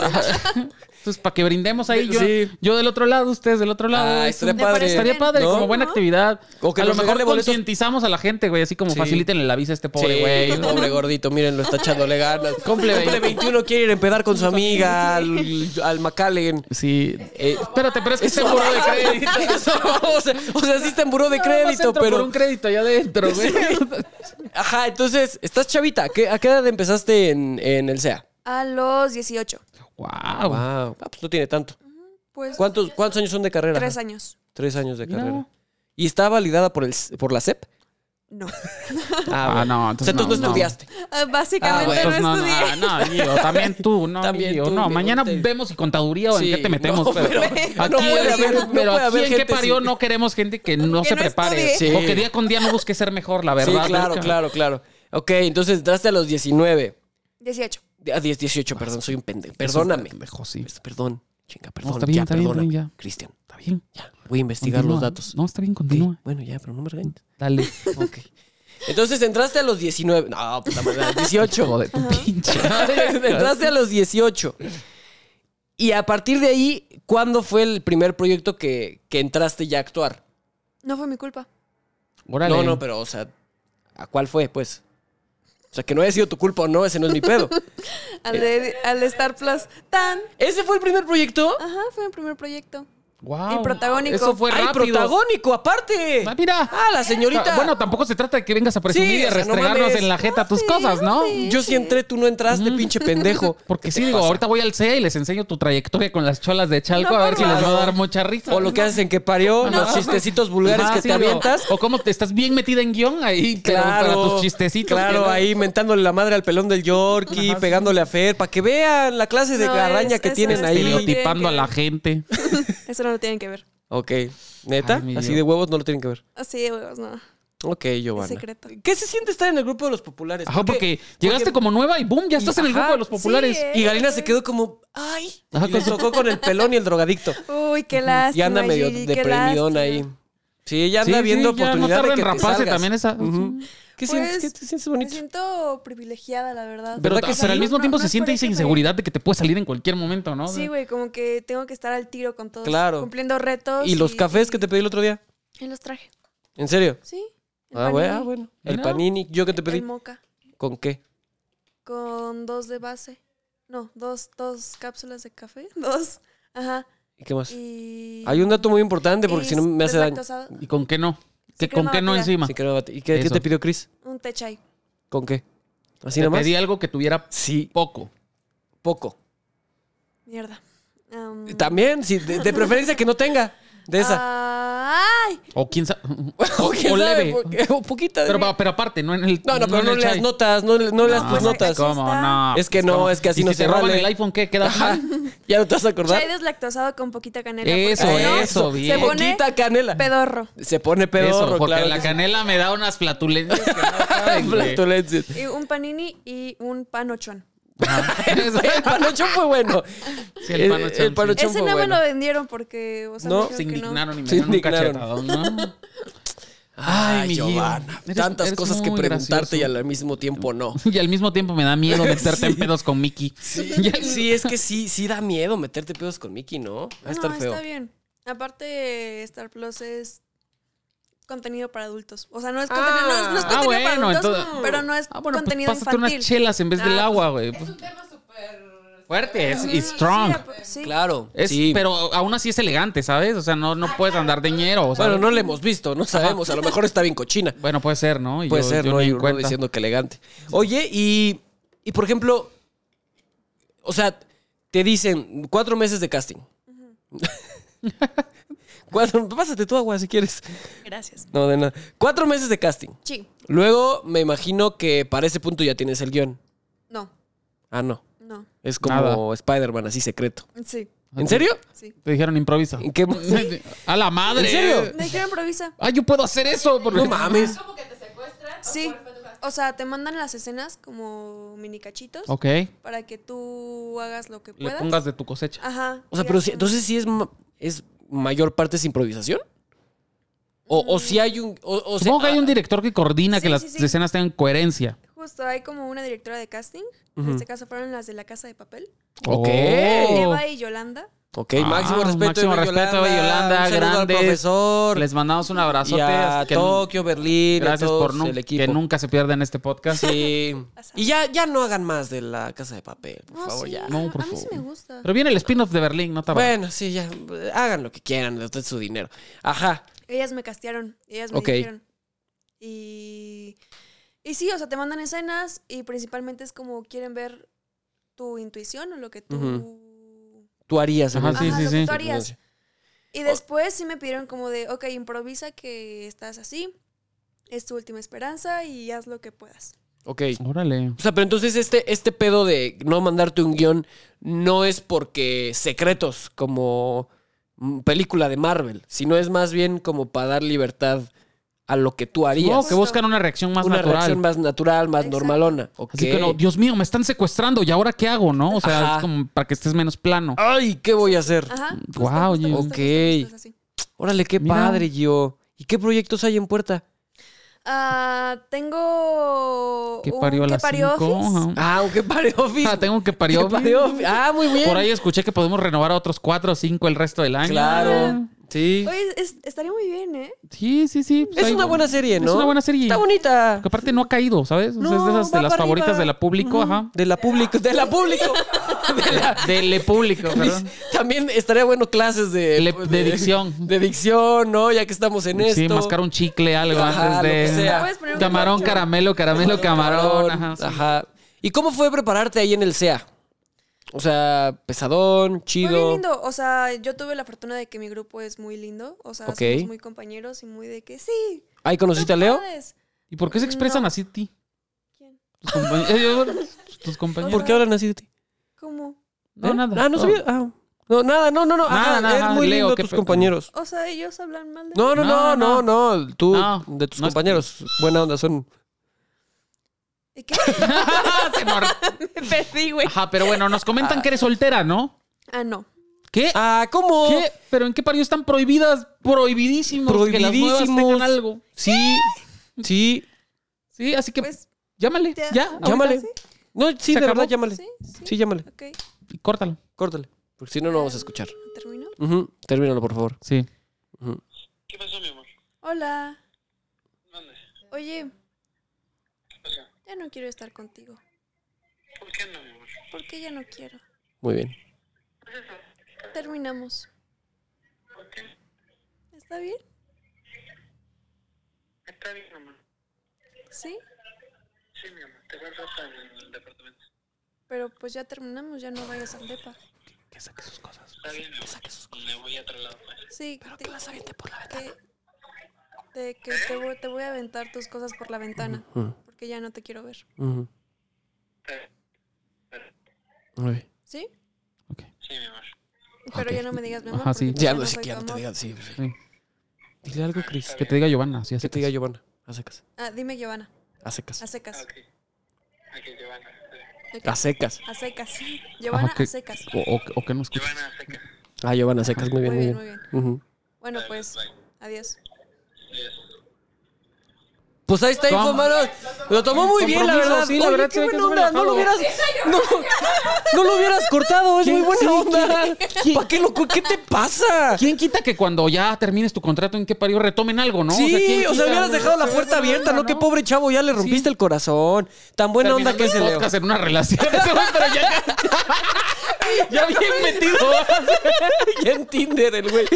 Speaker 2: Entonces, para que brindemos ahí. Yo,
Speaker 1: Sí.
Speaker 2: yo del otro lado, ustedes del otro lado.
Speaker 1: Ah,
Speaker 2: Eso-
Speaker 1: estaría
Speaker 3: Me
Speaker 1: padre.
Speaker 3: parece
Speaker 2: Estaría
Speaker 3: bien.
Speaker 2: padre,
Speaker 1: ¿No?
Speaker 2: como buena actividad.
Speaker 1: O que
Speaker 2: a lo
Speaker 1: nos
Speaker 2: mejor
Speaker 1: regale boletos.
Speaker 2: concientizamos a la gente, güey, así como
Speaker 1: Sí.
Speaker 2: faciliten la visa a este pobre
Speaker 1: Sí,
Speaker 2: güey.
Speaker 1: Pobre gordito, miren, lo está echándole ganas.
Speaker 2: Cumple
Speaker 1: Cumple 21, quiere ir a empedar con su amiga al, al McAllen.
Speaker 2: Sí. Eh, espérate, pero es que está en
Speaker 1: Eso-
Speaker 2: buró de crédito.
Speaker 1: Eso, o, sea, o sea, sí está en buró de
Speaker 2: Nada más
Speaker 1: crédito,
Speaker 2: entro
Speaker 1: pero.
Speaker 2: Por un crédito allá adentro, güey.
Speaker 1: Ajá, entonces, estás chavita. ¿Qué- ¿A qué edad empezaste en, en el SEA?
Speaker 3: A los 18.
Speaker 2: Wow.
Speaker 1: Wow. Ah, pues no tiene tanto.
Speaker 3: Pues
Speaker 1: ¿Cuántos, cuántos años son de carrera?
Speaker 3: tres años.
Speaker 1: Tres años de
Speaker 2: Mira.
Speaker 1: carrera. ¿Y está validada por, el, por la CEP?
Speaker 3: No.
Speaker 2: Ah,
Speaker 1: bueno.
Speaker 2: no,
Speaker 1: O sea,
Speaker 2: entonces
Speaker 1: entonces no,
Speaker 2: no, no.
Speaker 1: estudiaste.
Speaker 3: Ah, Básicamente
Speaker 1: bueno.
Speaker 2: Pues no,
Speaker 3: no
Speaker 2: no,
Speaker 3: estudié.
Speaker 2: ah, no, Guido, también tú, no,
Speaker 1: También
Speaker 2: Guido,
Speaker 1: tú,
Speaker 2: no.
Speaker 1: Guido,
Speaker 2: Mañana
Speaker 1: te-
Speaker 2: vemos si contaduría o
Speaker 1: Sí,
Speaker 2: en qué te metemos,
Speaker 1: no,
Speaker 2: pero,
Speaker 1: pero
Speaker 2: aquí,
Speaker 1: no puede haber- no puede
Speaker 2: pero aquí
Speaker 1: haber
Speaker 2: en qué
Speaker 1: gente
Speaker 2: parió
Speaker 1: sin-
Speaker 2: no queremos gente que no
Speaker 3: Que
Speaker 2: se
Speaker 3: no
Speaker 2: prepare.
Speaker 1: estudie.
Speaker 2: O
Speaker 1: Sí.
Speaker 2: que día con día no busque ser mejor, la verdad.
Speaker 1: sí, claro,
Speaker 2: Luca.
Speaker 1: claro, claro. Ok, entonces entraste a los 19.
Speaker 3: 18.
Speaker 1: A 10, 18, perdón, soy un pendejo.
Speaker 2: Ah, Eso es
Speaker 1: Perdóname.
Speaker 2: pendejo, sí.
Speaker 1: Pues, Perdón, chinga, perdón.
Speaker 2: está bien,
Speaker 1: ya,
Speaker 2: está bien,
Speaker 1: perdóname,
Speaker 2: bien, ya.
Speaker 1: Cristian,
Speaker 2: Está bien.
Speaker 1: ya. Voy a investigar
Speaker 2: continúa.
Speaker 1: los datos.
Speaker 2: No, está bien,
Speaker 1: Ok,
Speaker 2: continúa.
Speaker 1: Bueno, ya, pero no me regañes.
Speaker 2: Dale.
Speaker 1: Ok. Entonces entraste a los 19. No, pues, puta madre, a los 18.
Speaker 2: Joder, tu pinche.
Speaker 1: entraste a los 18. Y a partir de ahí, ¿cuándo fue el primer proyecto que, que entraste ya a actuar?
Speaker 3: No fue mi culpa.
Speaker 2: Órale.
Speaker 1: No, no, pero, o sea, ¿a cuál fue, pues? O sea, que no haya sido tu culpa o no, ese no es mi pedo. Eh.
Speaker 3: Al de, al de Star Plus. Tan.
Speaker 1: ¿Ese fue el primer proyecto?
Speaker 3: Ajá, fue mi primer proyecto.
Speaker 2: Guau.
Speaker 3: Y protagónico.
Speaker 2: Eso Ah, fue
Speaker 1: ¡Ay,
Speaker 2: rápido.
Speaker 1: protagónico, aparte!
Speaker 2: Ah, mira.
Speaker 1: ¡Ah, la señorita!
Speaker 2: Ah, Bueno, tampoco se trata de que vengas a presumir
Speaker 1: Sí,
Speaker 2: y a
Speaker 1: o sea, no
Speaker 2: restregarnos
Speaker 1: mames.
Speaker 2: en la jeta tus cosas, ¿no?
Speaker 1: Yo sí entré, tú no entraste, pinche pendejo.
Speaker 2: Mm. Porque
Speaker 1: ¿Qué
Speaker 2: sí,
Speaker 1: te
Speaker 2: digo,
Speaker 1: pasa?
Speaker 2: ahorita voy al CEA y les enseño tu trayectoria con las cholas de Chalco
Speaker 3: No,
Speaker 2: a ver si les va a
Speaker 1: claro.
Speaker 2: dar mucha risa.
Speaker 1: O lo que haces en que parió, los chistecitos vulgares
Speaker 2: Ajá,
Speaker 1: que
Speaker 2: sí,
Speaker 1: te
Speaker 2: digo,
Speaker 1: avientas.
Speaker 2: O cómo te estás bien metida en guión ahí pero para tus chistecitos.
Speaker 1: Claro,
Speaker 2: que no-
Speaker 1: ahí mentándole la madre al pelón del Yorkie, pegándole a Fer, para que vean la clase de
Speaker 3: No,
Speaker 1: garraña
Speaker 3: es-
Speaker 1: que
Speaker 3: eso
Speaker 1: tienen
Speaker 3: es
Speaker 1: ahí.
Speaker 3: muy bien.
Speaker 2: Estereotipando a la
Speaker 3: que-
Speaker 2: gente.
Speaker 3: Eso no lo tienen que ver.
Speaker 1: Ok, neta,
Speaker 2: Ay, mi
Speaker 1: así
Speaker 2: Dios.
Speaker 1: de huevos no lo tienen que ver.
Speaker 3: Así de huevos, no.
Speaker 1: Ok,
Speaker 3: Es
Speaker 1: Giovanna.
Speaker 3: secreto.
Speaker 1: ¿Qué se siente estar en el grupo de los populares?
Speaker 2: Ajá, porque llegaste como nueva y boom, ya estás en el
Speaker 1: Ajá,
Speaker 2: grupo de los populares.
Speaker 3: sí, ¿eh?
Speaker 1: Y Galina se quedó como, ay,
Speaker 2: Ajá,
Speaker 1: y le
Speaker 2: con su-
Speaker 1: tocó con el pelón y el drogadicto.
Speaker 3: Uy, qué lástima.
Speaker 1: Y anda medio
Speaker 3: Gigi, qué
Speaker 1: deprimidón
Speaker 3: lástima.
Speaker 1: ahí. Sí, ya
Speaker 2: Sí,
Speaker 1: anda
Speaker 2: sí,
Speaker 1: viendo
Speaker 2: ya, no
Speaker 1: oportunidad
Speaker 2: tarda
Speaker 1: de
Speaker 2: en
Speaker 1: que te
Speaker 2: raparse
Speaker 1: salgas.
Speaker 2: también esa.
Speaker 1: Ujú. ¿Qué,
Speaker 3: Pues,
Speaker 1: sientes, ¿Qué te sientes bonito?
Speaker 3: Me siento privilegiada, la verdad.
Speaker 2: Pero,
Speaker 1: ¿Verdad
Speaker 2: ta-
Speaker 1: que sí?
Speaker 2: pero al mismo
Speaker 3: No,
Speaker 2: tiempo
Speaker 3: no
Speaker 2: se
Speaker 3: es
Speaker 2: siente esa
Speaker 3: por eso, pero-
Speaker 2: inseguridad de que te puede salir en cualquier momento, ¿no?
Speaker 3: Sí, güey, como que tengo que estar al tiro con todos.
Speaker 1: Claro.
Speaker 3: Cumpliendo retos.
Speaker 1: ¿Y los cafés que te pedí el otro día?
Speaker 3: Y los traje,
Speaker 1: ¿En serio?
Speaker 3: sí. El
Speaker 1: Ah, bueno. ah,
Speaker 3: panini,
Speaker 1: bueno. El
Speaker 2: No.
Speaker 1: panini. ¿Yo qué te pedí?
Speaker 3: El moca.
Speaker 1: ¿Con qué?
Speaker 3: Con dos de base. No, dos, dos cápsulas de café. Dos. Ajá.
Speaker 1: ¿Y qué más?
Speaker 3: Y.
Speaker 1: Hay un dato muy importante porque
Speaker 3: y
Speaker 1: si no me hace daño.
Speaker 3: deslactosado,
Speaker 2: ¿Y con qué no? ¿Qué-
Speaker 3: Sí,
Speaker 2: ¿Con
Speaker 3: crema
Speaker 2: qué no
Speaker 3: batida.
Speaker 2: encima?
Speaker 1: Sin crema batida. ¿Y qué, qué
Speaker 2: Eso.
Speaker 1: te pidió Chris?
Speaker 3: Un té chai.
Speaker 1: ¿Con qué? ¿Así
Speaker 2: Te
Speaker 1: nomás?
Speaker 2: pedí algo que tuviera
Speaker 1: Sí,
Speaker 2: poco.
Speaker 1: poco.
Speaker 3: Mierda. Am,
Speaker 1: También, sí, de, de preferencia que no tenga. De
Speaker 3: Ah.
Speaker 1: esa.
Speaker 3: ¡Ay!
Speaker 2: O quién sabe.
Speaker 1: o quién
Speaker 2: o
Speaker 1: sabe,
Speaker 2: leve.
Speaker 1: porque- o poquita. de
Speaker 2: Pero,
Speaker 1: mí.
Speaker 2: pa- pero aparte, no en el.
Speaker 1: no, no, pero
Speaker 2: en
Speaker 1: no
Speaker 2: el
Speaker 1: leas
Speaker 2: chai.
Speaker 1: notas, no, no leas tus
Speaker 3: no,
Speaker 1: notas.
Speaker 3: exacto.
Speaker 2: ¿Cómo no?
Speaker 1: Es que no,
Speaker 2: ¿Cómo?
Speaker 1: es que así
Speaker 2: ¿Y
Speaker 1: no
Speaker 2: si
Speaker 1: se
Speaker 2: te roban
Speaker 1: vale.
Speaker 2: el iPhone, ¿qué? ¿Queda
Speaker 1: Ajá.
Speaker 2: mal?
Speaker 1: Ah, Ya no te vas a acordar.
Speaker 3: Chai deslactosado con poquita canela. porque
Speaker 2: Eso,
Speaker 3: si no,
Speaker 1: Ah,
Speaker 2: eso,
Speaker 1: Se
Speaker 2: bien.
Speaker 3: pone
Speaker 1: poquita canela.
Speaker 3: Pedorro.
Speaker 1: Se pone pedorro,
Speaker 2: Eso, porque
Speaker 1: claro
Speaker 2: la
Speaker 1: que sí.
Speaker 2: canela me da unas flatulencias que no caben, güey.
Speaker 1: Flatulencias.
Speaker 3: Y un panini y un panochón.
Speaker 2: Ajá. Eso.
Speaker 1: El panochón fue bueno. Eh,
Speaker 2: Sí, el panochón, sí.
Speaker 1: panochón
Speaker 3: Ese
Speaker 1: fue
Speaker 3: no me
Speaker 1: bueno.
Speaker 3: lo vendieron porque. O sea,
Speaker 1: No,
Speaker 3: me
Speaker 2: Se
Speaker 3: dijeron que no.
Speaker 2: indignaron y me
Speaker 1: Se
Speaker 2: dieron un
Speaker 1: indignaron.
Speaker 2: cachetadón, ¿no? Ay, mi
Speaker 1: Ay,
Speaker 2: Gio,
Speaker 1: Giovanna.
Speaker 2: eres-
Speaker 1: Tantas
Speaker 2: eres
Speaker 1: cosas que
Speaker 2: muy
Speaker 1: preguntarte
Speaker 2: gracioso.
Speaker 1: y al mismo tiempo no.
Speaker 2: Y al mismo tiempo me da miedo meterte en
Speaker 1: Sí.
Speaker 2: pedos con Mickey.
Speaker 1: Sí,
Speaker 2: Y al-
Speaker 1: sí, es que sí, sí da miedo meterte pedos con Mickey, ¿no? Va a estar
Speaker 3: no,
Speaker 1: feo.
Speaker 3: está bien. Aparte, Star Plus es contenido para adultos. O sea, no es
Speaker 1: Ah.
Speaker 3: contenido, no es, no es
Speaker 1: Ah,
Speaker 3: contenido
Speaker 2: bueno,
Speaker 3: para adultos,
Speaker 2: entonces-
Speaker 3: pero no es
Speaker 2: Ah, bueno, pues
Speaker 3: contenido
Speaker 2: pásate
Speaker 3: infantil.
Speaker 2: unas chelas en vez del
Speaker 3: Ah,
Speaker 2: agua, güey.
Speaker 4: Es un tema súper.
Speaker 2: Fuerte es, y
Speaker 3: Sí, pues.
Speaker 2: strong.
Speaker 3: sí.
Speaker 1: Claro.
Speaker 2: Es-
Speaker 1: sí.
Speaker 2: Pero aún así es elegante, ¿sabes? O sea, no, no puedes andar de ñero. o sea,
Speaker 1: Bueno, no la hemos visto, no sabemos. A lo mejor está bien cochina.
Speaker 2: Bueno, puede ser, ¿no? Y
Speaker 1: Puede
Speaker 2: yo-
Speaker 1: ser,
Speaker 2: yo
Speaker 1: no
Speaker 2: ni
Speaker 1: hay
Speaker 2: en
Speaker 1: uno
Speaker 2: cuenta.
Speaker 1: diciendo que elegante. Oye, y, y por ejemplo, o sea, te dicen cuatro meses de casting. cuatro, pásate tú agua si quieres.
Speaker 3: Gracias.
Speaker 1: No, de nada. Cuatro meses de casting.
Speaker 3: Sí.
Speaker 1: Luego me imagino que para ese punto ya tienes el guión.
Speaker 3: No,
Speaker 1: Ah, no.
Speaker 3: no.
Speaker 1: Es como
Speaker 2: Nada.
Speaker 1: Spider-Man, así secreto.
Speaker 3: Sí,
Speaker 1: ¿En serio?
Speaker 3: sí.
Speaker 2: Te dijeron improvisa.
Speaker 1: ¿En qué mo-
Speaker 2: A la madre.
Speaker 1: ¿En serio?
Speaker 3: Me dijeron improvisa.
Speaker 2: Ah, yo puedo hacer eso. Porque...
Speaker 1: No mames.
Speaker 4: Como que te secuestran. o
Speaker 3: Sí.
Speaker 4: por fue tu casa.
Speaker 3: O sea, te mandan las escenas como mini cachitos
Speaker 2: Ok.
Speaker 3: para que tú hagas lo que
Speaker 2: Le
Speaker 3: puedas.
Speaker 2: pongas de tu cosecha.
Speaker 3: Ajá.
Speaker 1: O sea,
Speaker 3: y
Speaker 1: pero
Speaker 3: así.
Speaker 1: si- entonces sí es, ma- es mayor parte es improvisación. O, o si hay un. O, o sea, ah,
Speaker 2: Supongo que hay un director que coordina
Speaker 3: Sí,
Speaker 2: que las
Speaker 3: sí, sí.
Speaker 2: escenas tengan coherencia.
Speaker 3: Justo hay como una directora de casting. En este caso fueron las de La Casa de Papel.
Speaker 1: Ok.
Speaker 2: Oh.
Speaker 3: Eva y Yolanda.
Speaker 1: Ok,
Speaker 2: Ah,
Speaker 1: máximo respeto.
Speaker 2: máximo
Speaker 1: Eva
Speaker 2: respeto a Eva Yolanda,
Speaker 1: un saludo al
Speaker 2: grandes.
Speaker 1: profesor.
Speaker 2: Les mandamos un abrazo.
Speaker 1: y a Tokio, Berlín. a
Speaker 2: Gracias
Speaker 1: todos
Speaker 2: por nu-
Speaker 1: el equipo.
Speaker 2: que nunca se pierdan este podcast.
Speaker 1: Sí. Y ya, ya no hagan más de la casa de papel, por
Speaker 3: No,
Speaker 1: favor,
Speaker 3: sí,
Speaker 1: ya.
Speaker 2: No, por
Speaker 3: a mí sí
Speaker 2: favor.
Speaker 3: me gusta.
Speaker 2: Pero viene el spin-off de Berlín, no te abrazo.
Speaker 1: Bueno, sí, ya. Hagan lo que quieran, les doy su dinero. Ajá.
Speaker 3: Ellas me castearon, ellas me
Speaker 1: Ok.
Speaker 3: dijeron. Y, y sí, o sea, te mandan escenas y principalmente es como quieren ver tu intuición o lo que tú...
Speaker 1: Tú harías.
Speaker 2: Ajá,
Speaker 1: ¿no?
Speaker 2: sí,
Speaker 3: Ajá,
Speaker 2: sí,
Speaker 3: lo
Speaker 2: sí.
Speaker 3: que tú harías. Y
Speaker 1: Oh.
Speaker 3: después sí me pidieron como de, ok, improvisa que estás así, es tu última esperanza y haz lo que puedas.
Speaker 1: Ok.
Speaker 2: Órale.
Speaker 1: O sea, pero entonces este, este pedo de no mandarte un guión no es porque secretos, como mm, película de Marvel, sino es más bien como para dar libertad a lo que tú harías.
Speaker 2: Supongo que
Speaker 3: Justo.
Speaker 2: buscan una reacción más
Speaker 1: una
Speaker 2: natural.
Speaker 1: reacción más natural, más
Speaker 3: Exacto.
Speaker 1: normalona. Ok.
Speaker 2: Así que no, Dios mío, me están secuestrando. ¿Y ahora qué hago, no? O sea,
Speaker 1: Ajá.
Speaker 2: es como para que estés menos plano.
Speaker 1: Ay, ¿qué voy a hacer?
Speaker 3: Ajá. justo,
Speaker 2: Guau,
Speaker 3: justo,
Speaker 2: Gio.
Speaker 3: justo, justo,
Speaker 1: Ok.
Speaker 3: justo es así.
Speaker 1: Órale, qué
Speaker 2: Mira.
Speaker 1: padre, Gio. ¿Y qué proyectos hay en puerta?
Speaker 3: Ah, tengo...
Speaker 2: ¿Qué
Speaker 3: un
Speaker 2: parió a
Speaker 3: que
Speaker 2: las
Speaker 3: Oh, parió
Speaker 2: cinco?
Speaker 3: Office.
Speaker 2: Ajá.
Speaker 1: Ah, un qué padre office.
Speaker 2: Ah, tengo que
Speaker 1: Qué
Speaker 2: parió.
Speaker 1: padre office. Ah, muy bien.
Speaker 2: Por ahí escuché que podemos renovar a otros cuatro o cinco el resto del año.
Speaker 1: Claro. Sí.
Speaker 3: Oye, es- estaría muy bien, ¿eh?
Speaker 2: Sí, sí, sí. Pues
Speaker 1: Es
Speaker 2: ahí-
Speaker 1: una buena serie, ¿no?
Speaker 2: Es una buena serie.
Speaker 1: Está bonita.
Speaker 2: Porque aparte no ha caído, ¿sabes? O sea, es de
Speaker 1: No,
Speaker 2: esas de
Speaker 1: va
Speaker 2: las
Speaker 1: para
Speaker 2: favoritas
Speaker 1: arriba.
Speaker 2: de la público,
Speaker 1: Ujú.
Speaker 2: ajá.
Speaker 1: De la público, de la público. De la-
Speaker 2: De le público, perdón.
Speaker 1: También estaría bueno clases de,
Speaker 2: Le- de dicción.
Speaker 1: De dicción, ¿no? Ya que estamos en esto.
Speaker 2: Sí, mascar un chicle, algo
Speaker 1: Ajá,
Speaker 2: antes de.
Speaker 1: lo que sea.
Speaker 3: Puedes poner un
Speaker 2: Camarón,
Speaker 3: corcho.
Speaker 2: caramelo, caramelo, camarón. Ajá.
Speaker 1: Ajá,
Speaker 2: sí.
Speaker 1: ¿Y cómo fue prepararte ahí en el SEA? O sea, pesadón,
Speaker 3: Muy bien
Speaker 1: chido.
Speaker 3: lindo. O sea, yo tuve la fortuna de que mi grupo es muy lindo. O sea,
Speaker 1: Ok.
Speaker 3: somos muy compañeros y muy de que sí.
Speaker 1: ¿Ahí conociste a
Speaker 3: tú
Speaker 1: Leo?
Speaker 3: puedes".
Speaker 2: ¿Y por qué se expresan
Speaker 3: No.
Speaker 2: así de ti?
Speaker 3: ¿Quién?
Speaker 2: Tus compañeros. eh, eh, Tus compañeros.
Speaker 1: ¿Por qué hablan así de ti?
Speaker 3: ¿Cómo?
Speaker 2: No,
Speaker 1: ¿Eh?
Speaker 2: nada.
Speaker 1: Ah, no sabía. Ah. No, nada, no, no, no.
Speaker 2: Nada,
Speaker 1: Ajá,
Speaker 2: nada,
Speaker 1: eres
Speaker 2: ajá,
Speaker 1: muy
Speaker 2: Leo,
Speaker 1: lindo
Speaker 2: qué
Speaker 1: tus
Speaker 2: pe-
Speaker 1: compañeros.
Speaker 3: O sea, ellos hablan mal de mí.
Speaker 1: No, no, no,
Speaker 2: No,
Speaker 1: no, no. Tú,
Speaker 2: No,
Speaker 1: de tus
Speaker 2: no es-
Speaker 1: compañeros. Buena onda, son.
Speaker 3: ¿Y qué?
Speaker 2: Se nos-
Speaker 3: Me perdí, güey.
Speaker 2: Ajá, pero bueno, nos comentan que eres soltera, ¿no?
Speaker 3: Ah, no.
Speaker 2: ¿Qué?
Speaker 1: Ah, ¿cómo?
Speaker 2: ¿Qué? ¿Pero en qué parió están prohibidas? Prohibidísimos. Que las nuevas
Speaker 1: Prohibidísimos.
Speaker 2: tengan algo.
Speaker 1: Sí, sí.
Speaker 2: Sí, así que
Speaker 3: Pues
Speaker 2: llámale,
Speaker 3: ya.
Speaker 2: ya, ahorita,
Speaker 1: Llámale.
Speaker 3: sí.
Speaker 1: No, sí,
Speaker 2: ¿Se
Speaker 1: de
Speaker 2: acabó?
Speaker 1: verdad, llámale.
Speaker 3: sí, sí,
Speaker 1: Sí, llámale.
Speaker 3: ok.
Speaker 2: y córtalo.
Speaker 1: Córtale. Porque si no, no vamos a escuchar.
Speaker 3: ¿Terminó?
Speaker 1: Ujú, Termínalo, por favor.
Speaker 2: Sí.
Speaker 1: Ujú.
Speaker 5: ¿Qué pasó, mi amor?
Speaker 3: Hola.
Speaker 5: ¿Dónde?
Speaker 3: Oye,
Speaker 5: ¿Qué pasó?
Speaker 3: ya no quiero estar contigo.
Speaker 5: ¿Por qué no, mi amor?
Speaker 3: ¿Por qué ya no quiero?
Speaker 1: Muy bien.
Speaker 3: Terminamos.
Speaker 5: ¿Por qué?
Speaker 3: ¿Está bien?
Speaker 5: Está bien, mamá.
Speaker 3: Sí.
Speaker 5: Sí, mi amor. Te guardo hasta en el departamento.
Speaker 3: Pero pues ya terminamos, ya no vayas al depa.
Speaker 1: Que saque sus cosas.
Speaker 5: Está bien, mi amor. Me voy a otro lado, pues.
Speaker 3: Sí, te, por la ventana. Te, que te, voy, te voy a aventar tus cosas por la ventana, porque ya no te quiero ver.
Speaker 5: Está bien. Pero-
Speaker 1: Muy bien.
Speaker 3: ¿Sí?
Speaker 5: Sí, mi amor.
Speaker 3: Pero
Speaker 2: Ok.
Speaker 3: Pues ya no me digas mi amor.
Speaker 2: Ajá, sí.
Speaker 3: porque
Speaker 1: Ya
Speaker 3: no
Speaker 1: no sé
Speaker 3: soy
Speaker 1: qué,
Speaker 3: tu
Speaker 1: ya no te
Speaker 3: amor.
Speaker 1: diga. Sí, sí.
Speaker 2: Sí.
Speaker 1: Dile algo, Cris.
Speaker 2: Que te diga Giovanna, sí,
Speaker 1: Que
Speaker 2: así
Speaker 1: te diga Giovanna. A secas.
Speaker 3: Ah, dime Giovanna,
Speaker 1: A secas.
Speaker 3: a
Speaker 5: Ah,
Speaker 3: secas.
Speaker 5: ok. Aquí, Giovanna.
Speaker 3: Ok.
Speaker 1: A secas.
Speaker 3: A secas. Giovanna,
Speaker 2: que-
Speaker 3: a secas.
Speaker 2: O, o, o que no escuches.
Speaker 5: Giovanna, seca.
Speaker 1: Ah, Giovanna, a secas. Muy bien,
Speaker 3: Muy
Speaker 1: muy
Speaker 3: bien,
Speaker 1: bien.
Speaker 3: muy bien.
Speaker 1: Ujú.
Speaker 3: Bueno, pues, adiós.
Speaker 1: Pues ahí está,
Speaker 2: Toma.
Speaker 1: informado. Lo tomó muy bien, la
Speaker 2: Compromiso,
Speaker 1: verdad.
Speaker 2: sí, la verdad
Speaker 1: qué
Speaker 2: se ve que
Speaker 1: buena
Speaker 2: es
Speaker 1: onda. No lo
Speaker 2: relajado.
Speaker 1: hubieras. No, no lo hubieras cortado. Es
Speaker 2: ¿Quién-
Speaker 1: muy
Speaker 2: sí,
Speaker 1: buena onda.
Speaker 2: quién-
Speaker 1: ¿Para qué loco? ¿Qué te pasa?
Speaker 2: ¿Quién quita que cuando ya termines tu contrato en qué parió retomen algo, no?
Speaker 1: Sí,
Speaker 2: ¿quién
Speaker 1: o sea,
Speaker 2: quita?
Speaker 1: hubieras dejado la
Speaker 2: Sí,
Speaker 1: puerta
Speaker 2: buena
Speaker 1: abierta,
Speaker 2: onda,
Speaker 1: ¿no? Qué pobre chavo, ya le rompiste el corazón. Tan buena onda
Speaker 2: Terminando
Speaker 1: que
Speaker 2: el
Speaker 1: se le.
Speaker 2: podcast en una relación. ese güey, pero ya, ya, ya bien metido.
Speaker 1: Ya en Tinder, el güey.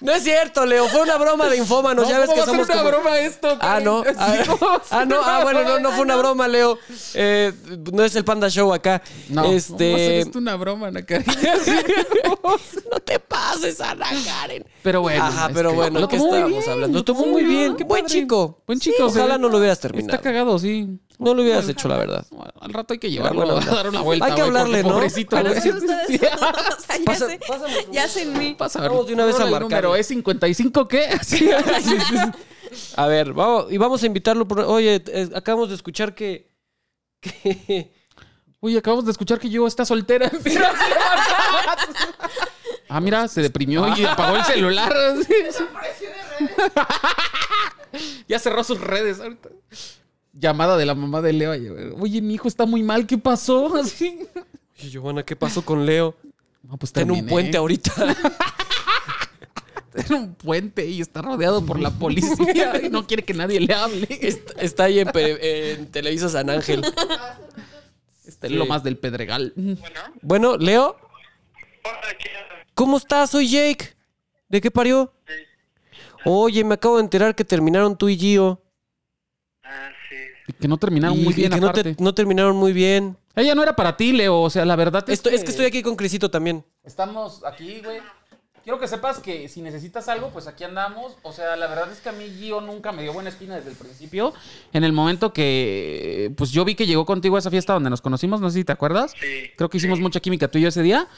Speaker 1: No es cierto, Leo. Fue una broma de infómanos. ya ves que
Speaker 2: ¿cómo va a ser
Speaker 1: somos.
Speaker 2: una
Speaker 1: como-
Speaker 2: broma esto?
Speaker 1: Ah, no.
Speaker 2: Karen?
Speaker 1: Ah,
Speaker 2: Sí, ¿cómo va a ser
Speaker 1: ah, no.
Speaker 2: una
Speaker 1: Ah, bueno, no,
Speaker 2: broma?
Speaker 1: no fue una broma, Leo. Eh, no es el Panda Show acá.
Speaker 2: No, ¿cómo va a ser
Speaker 1: este.
Speaker 2: esto una broma, Ana Karen?
Speaker 1: no te pases, Ana Karen.
Speaker 2: Pero bueno.
Speaker 1: Ajá,
Speaker 2: es
Speaker 1: pero
Speaker 2: que-
Speaker 1: bueno,
Speaker 2: lo
Speaker 1: ¿qué
Speaker 2: tomó muy
Speaker 1: estábamos
Speaker 2: bien,
Speaker 1: hablando? Lo tomó
Speaker 2: sí,
Speaker 1: muy
Speaker 2: ¿no?
Speaker 1: bien. Qué buen
Speaker 2: Padre.
Speaker 1: chico.
Speaker 2: Buen chico. se
Speaker 1: Ojalá
Speaker 2: ve.
Speaker 1: no lo hubieras
Speaker 2: Está
Speaker 1: terminado.
Speaker 2: cagado, sí.
Speaker 1: No lo hubieras hecho, la verdad.
Speaker 2: Bueno, Al rato hay que
Speaker 1: Era
Speaker 2: llevarlo
Speaker 1: buena
Speaker 2: a
Speaker 1: onda.
Speaker 2: dar una vuelta.
Speaker 1: Hay que
Speaker 2: güey, porque
Speaker 1: hablarle, ¿no?
Speaker 2: Pobrecito,
Speaker 3: Pero
Speaker 2: güey.
Speaker 3: son ustedes
Speaker 2: Sí,
Speaker 3: dos, o sea, ya
Speaker 1: Pasa-
Speaker 3: sé-
Speaker 1: pásame su
Speaker 3: Ya sé en mí.
Speaker 2: Pasa, a ver,
Speaker 1: Vamos de una vez a
Speaker 2: el
Speaker 1: marcarle.
Speaker 2: número. ¿Es 55 qué? Así.
Speaker 1: A ver, vamos, y vamos a invitarlo. por- Oye, eh, acabamos de escuchar que. que-
Speaker 2: Oye, acabamos de escuchar que yo está soltera. ah, mira, se deprimió y apagó el celular. ya cerró sus redes ahorita. Llamada de la mamá de Leo. Oye, mi hijo está muy mal. ¿Qué pasó? Así.
Speaker 1: Oye, Giovanna, ¿qué pasó con Leo?
Speaker 2: No, pues
Speaker 1: Está en un
Speaker 2: terminé.
Speaker 1: puente ahorita.
Speaker 2: Está en un puente y está rodeado por la policía y no quiere que nadie le hable.
Speaker 1: Está, está ahí en, Pe- en Televisa San Ángel.
Speaker 2: Está en Este, lo más del Pedregal.
Speaker 5: Bueno.
Speaker 1: Bueno, Leo,
Speaker 5: Hola, ¿qué haces?
Speaker 1: ¿cómo estás? Soy Jake. ¿De qué parió?
Speaker 5: Sí.
Speaker 1: Oye, me acabo de enterar que terminaron tú y Gio.
Speaker 5: Ah, sí.
Speaker 2: Que no terminaron
Speaker 1: y
Speaker 2: muy
Speaker 1: y
Speaker 2: bien
Speaker 1: que no, te-
Speaker 2: aparte.
Speaker 1: no terminaron muy bien.
Speaker 2: Ella no era para ti, Leo. O sea, la verdad
Speaker 1: Esto, es Pues que estoy aquí con Crisito también.
Speaker 2: Estamos aquí, güey. Quiero que sepas que si necesitas algo, pues aquí andamos. O sea, la verdad es que a mí Gio nunca me dio buena espina desde el principio. En el momento que, pues yo vi que llegó contigo a esa fiesta donde nos conocimos, no sé si te acuerdas.
Speaker 5: Sí.
Speaker 2: Creo que hicimos mucha química tú y yo ese día.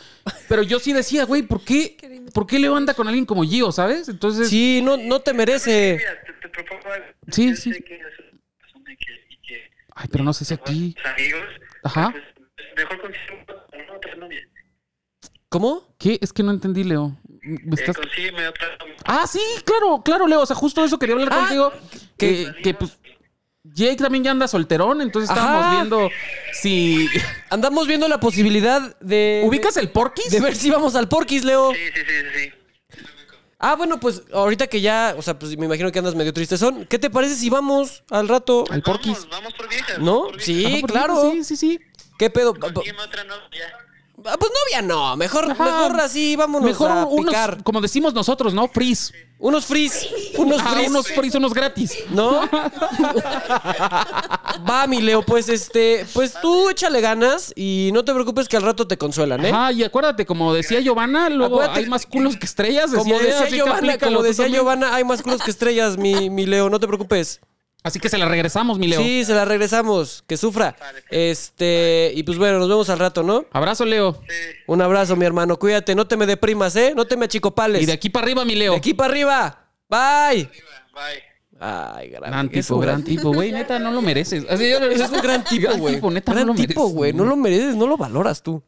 Speaker 2: Pero yo sí decía, güey, ¿por qué, ¿por qué Leo anda con alguien como Gio, sabes? Entonces,
Speaker 1: Sí, no, no te merece.
Speaker 5: Mira, te, te propongo algo.
Speaker 2: Sí,
Speaker 5: Yo
Speaker 2: sí.
Speaker 5: sé que eres una persona y que- y que
Speaker 2: ay, pero no sé si aquí.
Speaker 5: tus amigos.
Speaker 2: Ajá.
Speaker 5: Pues, mejor consigue otra novia.
Speaker 1: ¿Cómo?
Speaker 2: ¿Qué? Es que no entendí, Leo. ¿Me
Speaker 5: Eh,
Speaker 2: estás...
Speaker 5: consígueme otra novia.
Speaker 2: Ah, sí, claro, claro, Leo. O sea, justo eso quería hablar
Speaker 1: Ah,
Speaker 2: contigo. Que,
Speaker 5: que-
Speaker 2: que, pues. Jake también ya anda solterón, entonces estábamos
Speaker 1: Ajá.
Speaker 2: viendo si.
Speaker 1: Andamos viendo la posibilidad de.
Speaker 2: ¿Ubicas el Porky's?
Speaker 1: De ver si vamos al Porquis, Leo.
Speaker 2: Oh.
Speaker 5: Sí, sí, sí, sí, sí.
Speaker 1: Ah, bueno, pues ahorita que ya, o sea, pues me imagino que andas medio tristezón. ¿Qué te parece si vamos al rato?
Speaker 2: Al Porky's.
Speaker 5: Vamos, vamos por viejas.
Speaker 1: ¿No?
Speaker 5: por
Speaker 1: Sí,
Speaker 5: viejas.
Speaker 2: Ajá, por
Speaker 1: claro.
Speaker 2: ejemplo, Ah, Sí, sí, sí.
Speaker 1: ¿Qué pedo? Ah,
Speaker 5: Consígueme otra novia.
Speaker 1: Pues novia no, mejor,
Speaker 2: Ajá.
Speaker 1: mejor así, vámonos
Speaker 2: Mejor
Speaker 1: a
Speaker 2: unos,
Speaker 1: picar.
Speaker 2: como decimos nosotros, ¿no? Frizz.
Speaker 1: Unos frizz, unos
Speaker 2: Ah,
Speaker 1: frizz.
Speaker 2: unos frizz, unos gratis.
Speaker 1: ¿No? Va, mi Leo, pues este, pues tú échale ganas y no te preocupes que al rato te consuelan, ¿eh?
Speaker 2: Ajá, y acuérdate, como decía Giovanna, luego
Speaker 1: Acuérdate-
Speaker 2: hay más culos que estrellas.
Speaker 1: Como
Speaker 2: ella,
Speaker 1: decía
Speaker 2: así que
Speaker 1: Giovanna,
Speaker 2: aplícalo
Speaker 1: como
Speaker 2: tú
Speaker 1: decía
Speaker 2: también.
Speaker 1: Giovanna, hay más culos que estrellas, mi, mi Leo, no te preocupes.
Speaker 2: Así que se la regresamos, mi Leo.
Speaker 1: Sí, se la regresamos, que sufra. Este, y pues bueno, nos vemos al rato, ¿no?
Speaker 2: Abrazo, Leo.
Speaker 1: Un abrazo, mi hermano, cuídate, no te me deprimas, ¿eh? No te me achicopales.
Speaker 2: Y de aquí para arriba, mi Leo.
Speaker 1: De aquí para arriba. Bye.
Speaker 5: Bye.
Speaker 1: Ay, gran,
Speaker 2: Gran
Speaker 1: es
Speaker 2: tipo,
Speaker 1: un
Speaker 2: gran tipo, güey. Neta, no lo mereces. Así yo-
Speaker 1: Es un gran tipo, güey.
Speaker 2: tipo, neta, no
Speaker 1: Gran
Speaker 2: lo
Speaker 1: tipo,
Speaker 2: mereces,
Speaker 1: güey. No
Speaker 2: güey.
Speaker 1: lo mereces, no lo valoras tú.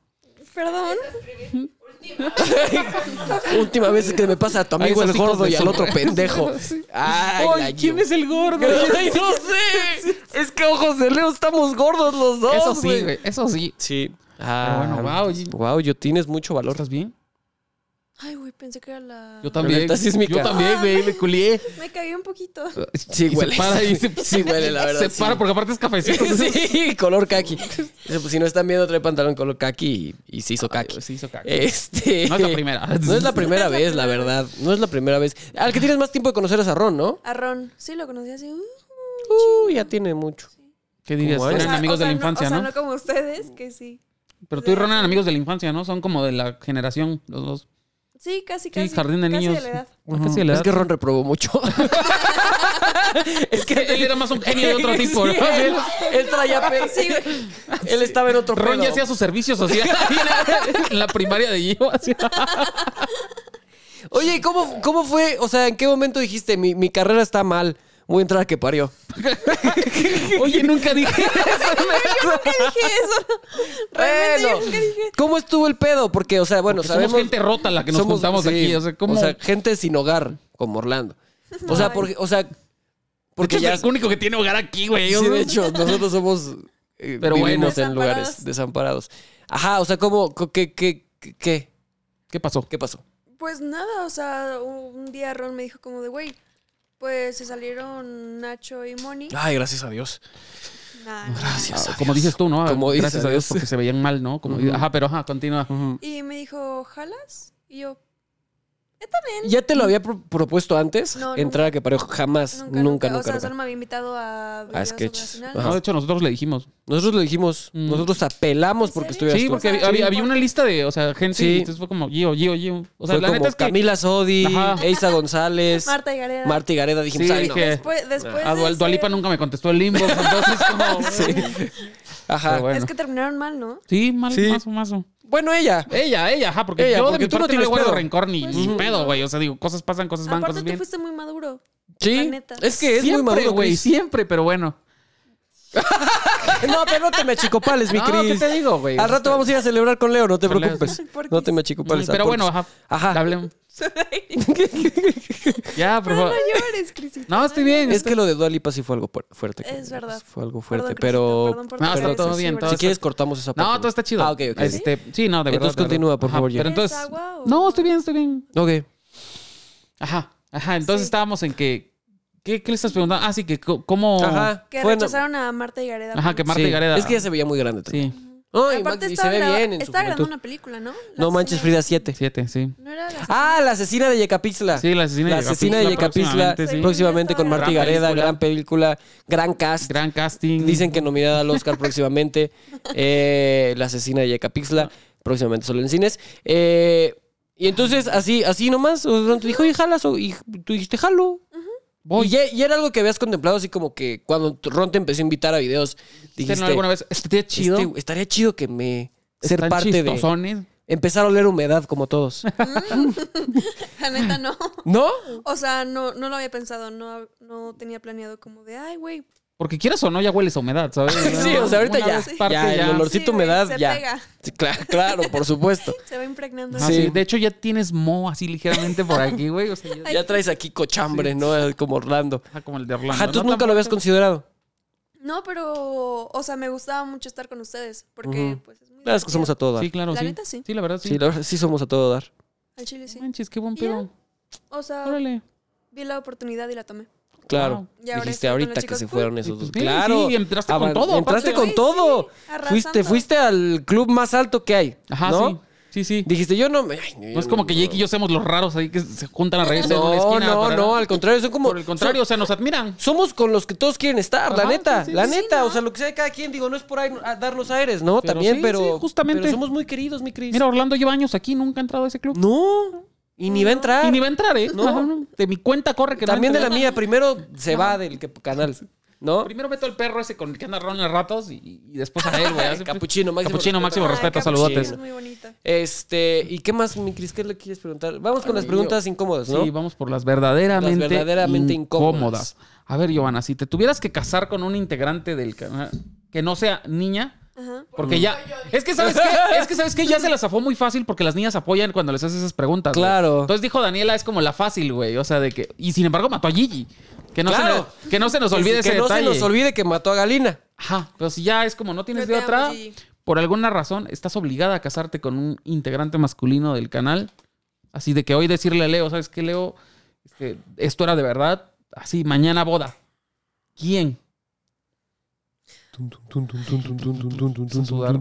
Speaker 3: Perdón.
Speaker 1: Última vez que me pasa a tu
Speaker 2: A
Speaker 1: amigo
Speaker 2: esos
Speaker 1: el
Speaker 2: hijos
Speaker 1: gordo
Speaker 2: de
Speaker 1: y al
Speaker 2: su-
Speaker 1: otro pendejo. Ay,
Speaker 2: Ay,
Speaker 1: gallo.
Speaker 2: ¿quién es el gordo?
Speaker 1: Ay, no sé. Es que ojos de Leo estamos gordos los dos.
Speaker 2: Eso sí, güey. Eso sí.
Speaker 1: Sí.
Speaker 2: bueno, guau, Jim.
Speaker 1: wow, yo tienes mucho valor.
Speaker 2: ¿Estás bien?
Speaker 3: Ay, güey, pensé que era la.
Speaker 2: Yo también.
Speaker 1: Alerta sísmica.
Speaker 2: Yo también, güey. Me culié.
Speaker 3: Me caí un poquito.
Speaker 1: Sí,
Speaker 2: Y se
Speaker 1: huele.
Speaker 2: para y se-
Speaker 1: Sí, huele, la verdad.
Speaker 2: Se
Speaker 1: sí.
Speaker 2: para porque aparte es cafecito.
Speaker 1: Sí, color kaki. Eh, pues, Si no están viendo, trae pantalón color kaki y, y se hizo kaki.
Speaker 2: Se hizo caca.
Speaker 1: Este.
Speaker 2: pues, No es la primera.
Speaker 1: No es la primera vez, la verdad. No es la primera vez. Al que tienes más tiempo de conocer es a Ron, ¿no?
Speaker 3: A Ron, sí lo conocí así. uh,
Speaker 1: Uh, ya tiene mucho.
Speaker 2: ¿Qué dirías?
Speaker 1: ¿Cómo es?
Speaker 3: o
Speaker 2: Eran
Speaker 3: sea-
Speaker 2: amigos
Speaker 3: o sea,
Speaker 2: de la infancia,
Speaker 3: No,
Speaker 2: ¿no?
Speaker 3: o sea, no como ustedes, que sí.
Speaker 2: Pero tú y Ron eran amigos de la infancia, ¿no? Son como de la generación, los dos.
Speaker 3: Sí, casi,
Speaker 2: Sí,
Speaker 3: casi.
Speaker 2: jardín de
Speaker 3: casi
Speaker 2: niños.
Speaker 3: De la edad.
Speaker 2: Casi de la
Speaker 1: Es
Speaker 2: edad.
Speaker 1: que Ron reprobó mucho. es que
Speaker 2: Él era más un genio de otro tipo, ¿no?
Speaker 1: Sí, él, él traía pe- Él estaba en otro
Speaker 2: Ron ya
Speaker 1: pedo.
Speaker 2: hacía su servicio social en la primaria de Gio. así.
Speaker 1: Oye, ¿y ¿cómo, ¿cómo fue? O sea, ¿en qué momento dijiste mi, mi carrera está mal? Voy a entrar a que parió.
Speaker 2: Oye, nunca dije.
Speaker 3: Nunca dije eso. Realmente yo
Speaker 1: Bueno,
Speaker 3: nunca dije.
Speaker 1: ¿cómo estuvo el pedo? Porque, o sea, bueno,
Speaker 2: Porque
Speaker 1: sabemos.
Speaker 2: somos gente rota la que nos
Speaker 1: somos-
Speaker 2: juntamos
Speaker 1: sí,
Speaker 2: aquí. O sea, ¿cómo?
Speaker 1: gente sin hogar, como Orlando. O sea, porque, o sea, porque
Speaker 2: porque
Speaker 1: ya.
Speaker 2: es el único que tiene hogar aquí, güey.
Speaker 1: Sí, de hecho, nosotros somos. eh,
Speaker 2: Pero bueno.
Speaker 1: vivimos en
Speaker 3: Desamparados.
Speaker 1: lugares desamparados. Ajá, o sea, ¿cómo? co- ¿Qué? ¿Qué? ¿Qué? ¿Qué,
Speaker 2: ¿Qué pasó?
Speaker 1: qué pasó?
Speaker 3: Pues nada, o sea, un día Ron me dijo como de, güey, pues se salieron Nacho y Moni.
Speaker 2: Ah,
Speaker 1: Ay, gracias a Dios.
Speaker 3: Nah, no.
Speaker 1: Gracias.
Speaker 2: como dices tú, ¿no?
Speaker 1: Como dices
Speaker 2: Gracias a Dios porque se veían mal, ¿no? Como,
Speaker 1: Ujú.
Speaker 2: Ajá, pero ajá, continúa.
Speaker 3: Y me dijo, ¿jalas? Y yo,
Speaker 1: ¿Ya te lo había pro- propuesto antes?
Speaker 3: No,
Speaker 1: entrar a que parió jamás.
Speaker 3: nunca, nunca.
Speaker 1: Nunca, nunca,
Speaker 3: o sea,
Speaker 1: nunca. Ah,
Speaker 3: solo me había invitado a. videos
Speaker 1: sketches.
Speaker 3: ocasionales.
Speaker 1: Ajá.
Speaker 2: No, de hecho, nosotros le dijimos.
Speaker 1: Nosotros lo dijimos.
Speaker 2: Mm.
Speaker 1: Nosotros apelamos
Speaker 3: ¿En
Speaker 1: porque
Speaker 3: serio?
Speaker 1: estuvieras
Speaker 2: pues,
Speaker 1: tú.
Speaker 2: ah, Sí, porque
Speaker 3: O sea,
Speaker 2: había, había-
Speaker 3: sí,
Speaker 2: había una
Speaker 3: porque-
Speaker 2: lista de, o sea, gente.
Speaker 1: Sí.
Speaker 2: y entonces fue como Gio, Gio, Gio. O sea,
Speaker 1: Fue
Speaker 2: la
Speaker 1: como
Speaker 2: neta es que.
Speaker 1: Camila Sodi,
Speaker 2: Ajá.
Speaker 1: Eiza González, Marta,
Speaker 3: Marta y Gareda.
Speaker 1: y Gareda. Dijimos,
Speaker 2: Sí,
Speaker 1: "Ay, no".
Speaker 2: dije,
Speaker 3: Después, después
Speaker 2: A
Speaker 3: de
Speaker 2: Dua- Ah, Dualipa
Speaker 3: ese-
Speaker 2: nunca me contestó el inbox, entonces como... Sí,
Speaker 1: Ajá.
Speaker 2: Pero bueno.
Speaker 3: Es que terminaron mal, ¿no?
Speaker 2: sí mal,
Speaker 1: Sí.
Speaker 2: mazo, mazo.
Speaker 1: Bueno, ella.
Speaker 2: Ella, ella, ajá, porque
Speaker 1: Ella,
Speaker 2: yo
Speaker 1: porque
Speaker 2: de mi
Speaker 1: tú no
Speaker 2: parte no le
Speaker 1: tienes
Speaker 2: guardo
Speaker 1: pedo.
Speaker 2: rencor ni, ni pedo, güey. O sea, digo, cosas pasan, cosas Pues van,
Speaker 3: Pues Aparte,
Speaker 2: cosas
Speaker 3: tú
Speaker 2: bien.
Speaker 3: fuiste muy maduro.
Speaker 1: Sí.
Speaker 3: La neta.
Speaker 1: Es que es muy maduro,
Speaker 2: güey,
Speaker 1: Chris.
Speaker 2: siempre, pero bueno.
Speaker 1: No, pero no te me achicopales, mi
Speaker 2: No,
Speaker 1: Cris.
Speaker 2: ¿qué te digo, güey?
Speaker 1: Al rato vamos a ir a celebrar con Leo, no te
Speaker 2: Con Leo.
Speaker 1: preocupes.
Speaker 3: Porque
Speaker 1: No te me
Speaker 2: Mm,
Speaker 1: achicopales.
Speaker 2: Pero
Speaker 1: aportes.
Speaker 2: bueno, ajá.
Speaker 1: Ajá.
Speaker 2: Hablemos. Ya, por
Speaker 3: Ah, No
Speaker 2: favor.
Speaker 3: llores, Crisita.
Speaker 2: No, Pues estoy bien.
Speaker 1: Es que lo de Dualipa sí fue algo pu- fuerte.
Speaker 3: Es verdad.
Speaker 1: Fue algo fuerte,
Speaker 3: Crisita,
Speaker 1: pero...
Speaker 3: perdón por
Speaker 2: No,
Speaker 3: tocar
Speaker 2: está
Speaker 3: eso,
Speaker 2: todo
Speaker 3: sí,
Speaker 2: bien,
Speaker 3: ¿verdad?
Speaker 2: todo
Speaker 1: Si quieres cortamos esa parte.
Speaker 2: No, todo está chido.
Speaker 1: Ah, ok, ok.
Speaker 2: Este, sí, no, de
Speaker 1: Entonces
Speaker 2: verdad. de verdad.
Speaker 1: continúa, por
Speaker 2: Ajá,
Speaker 1: favor, ya.
Speaker 2: Pero
Speaker 3: ¿Quieres
Speaker 2: entonces...
Speaker 3: agua o-
Speaker 2: No, estoy bien, estoy bien.
Speaker 1: Ok.
Speaker 2: Ajá, ajá. Entonces estábamos en que. ¿Qué, qué le estás preguntando? Ah, sí, que co- cómo.
Speaker 1: Ajá.
Speaker 3: Que
Speaker 1: Fue-
Speaker 3: rechazaron a Marta y Gareda.
Speaker 2: Ajá, que Marta
Speaker 1: Sí,
Speaker 2: y Gareda.
Speaker 1: Es que ya se veía muy grande. también.
Speaker 2: Sí,
Speaker 1: No, y,
Speaker 3: Aparte
Speaker 1: y se
Speaker 3: estaba
Speaker 1: ve
Speaker 3: graba-
Speaker 1: bien en su
Speaker 3: estaba grabando
Speaker 1: juventud.
Speaker 3: una película, ¿no? La
Speaker 1: No manches,
Speaker 3: asesina-
Speaker 1: Frida 7.
Speaker 2: siete, sí.
Speaker 3: No era la
Speaker 1: Ah, la asesina de Yecapixla.
Speaker 2: Sí, la asesina
Speaker 1: La asesina de Yecapixla,
Speaker 2: próximamente, sí.
Speaker 1: próximamente, con Marta y
Speaker 2: Gran
Speaker 1: Gareda,
Speaker 2: película.
Speaker 1: gran película, gran cast.
Speaker 2: Gran casting.
Speaker 1: Dicen que nominada al Oscar próximamente. Eh, la asesina de Yecapixla, próximamente solo en cines. Eh, y entonces, así así nomás, o sea, te dijo, oye, jalas, o- y tú dijiste, jalo. Y,
Speaker 2: Voy.
Speaker 1: ya- y era algo que habías contemplado, así como que cuando Ron te empezó a invitar a videos,
Speaker 2: Dijiste,
Speaker 1: dijiste,
Speaker 2: ¿no? alguna vez. Estaría chido.
Speaker 1: "Este- estaría chido que me... Ser
Speaker 2: Están
Speaker 1: parte de...
Speaker 2: chistosones.
Speaker 1: Empezar a oler humedad como todos.
Speaker 3: La neta, no.
Speaker 1: ¿No?
Speaker 3: O sea, no, no lo había pensado. No, no tenía planeado como de, ay, güey.
Speaker 2: Porque quieras o no, ya hueles a humedad, ¿sabes?
Speaker 1: Sí, o sea, ahorita
Speaker 2: Una
Speaker 1: ya.
Speaker 2: vez parte
Speaker 1: ya,
Speaker 2: ya.
Speaker 1: el olorcito
Speaker 3: Sí, güey,
Speaker 1: humedad
Speaker 3: se
Speaker 1: ya.
Speaker 3: pega.
Speaker 1: Sí, cla- claro, por supuesto.
Speaker 3: Se va impregnando.
Speaker 2: Ajá,
Speaker 1: Sí.
Speaker 2: sí. De hecho, ya tienes mo así ligeramente por aquí, güey. O sea, ya-
Speaker 1: Ya traes aquí cochambre, ¿no? Como Orlando.
Speaker 2: ajá, como el de Orlando.
Speaker 1: Ajá, tú
Speaker 2: No,
Speaker 1: nunca lo habías considerado.
Speaker 3: No, pero, o sea, me gustaba mucho estar con ustedes. Porque,
Speaker 1: Ujú.
Speaker 3: pues, es muy.
Speaker 1: La verdad es que somos a todo
Speaker 2: tampoco.
Speaker 1: dar.
Speaker 2: Sí, claro,
Speaker 3: La
Speaker 2: sí.
Speaker 3: neta, sí.
Speaker 2: Sí, la verdad, sí.
Speaker 1: Sí, la verdad, sí somos a todo dar.
Speaker 3: Al chile, sí.
Speaker 2: Manches, qué buen
Speaker 3: Y ya.
Speaker 2: pedo.
Speaker 3: O sea,
Speaker 2: Órale.
Speaker 3: vi la oportunidad y la tomé.
Speaker 1: Claro.
Speaker 3: Y ahora
Speaker 1: Dijiste
Speaker 3: estoy con
Speaker 1: ahorita
Speaker 3: los
Speaker 1: que se
Speaker 3: chicos
Speaker 1: fueron
Speaker 3: cool.
Speaker 1: esos dos.
Speaker 2: Sí,
Speaker 1: Claro.
Speaker 2: sí, entraste con
Speaker 1: Avan-
Speaker 2: todo,
Speaker 1: Entraste
Speaker 2: aparte.
Speaker 1: con
Speaker 3: Sí,
Speaker 1: todo.
Speaker 3: sí, arrasando.
Speaker 1: fuiste, fuiste al club más alto que hay.
Speaker 2: Ajá,
Speaker 1: ¿no?
Speaker 2: sí. Sí, sí.
Speaker 1: Dijiste, yo no me. ay, yo
Speaker 2: No es como que Jake y yo seamos los raros ahí que se juntan a reírse en
Speaker 1: No,
Speaker 2: una esquina.
Speaker 1: no,
Speaker 2: para-
Speaker 1: no, al contrario, son como.
Speaker 2: Por el contrario, o sea, nos admiran.
Speaker 1: somos con los que todos quieren estar, la
Speaker 2: Ajá,
Speaker 1: neta,
Speaker 2: sí, sí,
Speaker 1: la
Speaker 3: sí,
Speaker 1: neta,
Speaker 3: ¿no?
Speaker 1: o sea, lo que sea de cada quien, digo, no es por ahí a darnos aires, ¿no?
Speaker 2: Pero
Speaker 1: También,
Speaker 2: sí,
Speaker 1: pero
Speaker 2: sí, justamente.
Speaker 1: pero somos muy queridos, mi Cris.
Speaker 2: Mira, Orlando lleva años aquí, nunca ha entrado a ese club.
Speaker 1: No, y ni va a entrar.
Speaker 2: Y ni va a entrar, ¿eh?
Speaker 1: No.
Speaker 2: Ajá, no. De mi cuenta corre que no
Speaker 1: También de la
Speaker 2: entra.
Speaker 1: mía, primero se va del que- canal, ¿no?
Speaker 2: Primero meto al perro ese con el que anda Ron a ratos y, y después a él, güey. Así-
Speaker 1: Capuchino, máximo
Speaker 2: Capuchino,
Speaker 1: respeto.
Speaker 2: máximo
Speaker 3: Ay,
Speaker 2: respeto,
Speaker 3: Capuchino
Speaker 2: saludotes.
Speaker 3: Es muy bonita.
Speaker 1: Este, ¿y qué más, mi Cris? ¿Qué le quieres preguntar? Vamos con las
Speaker 2: Ay,
Speaker 1: preguntas incómodas, ¿no?
Speaker 2: Sí, vamos por las verdaderamente,
Speaker 1: Las verdaderamente incómodas.
Speaker 2: incómodas. A ver, Giovanna, si te tuvieras que casar con un integrante del canal que ah, no sea niña,
Speaker 3: Ajá.
Speaker 1: Mm.
Speaker 2: Porque ya. Es que sabes que es que sabes que ya se las zafó muy fácil porque las niñas apoyan cuando les haces esas preguntas. güey.
Speaker 1: Claro.
Speaker 2: Entonces dijo Daniela, es como la fácil, güey. O sea, de que. Y sin embargo mató a Gigi. Que no, se,
Speaker 1: Claro.
Speaker 2: nos, que no se nos olvide
Speaker 1: Este, que
Speaker 2: ese
Speaker 1: no
Speaker 2: detalle.
Speaker 1: se nos olvide que mató a Galina.
Speaker 2: Ajá. Pero si ya es como no tienes
Speaker 3: Yo
Speaker 2: de
Speaker 3: te
Speaker 2: otra,
Speaker 3: amo, Gigi.
Speaker 2: por alguna razón estás obligada a casarte con un integrante masculino del canal. Así de que hoy decirle a Leo, ¿sabes qué, Leo? Este, esto era de verdad. Así, mañana boda. ¿Quién?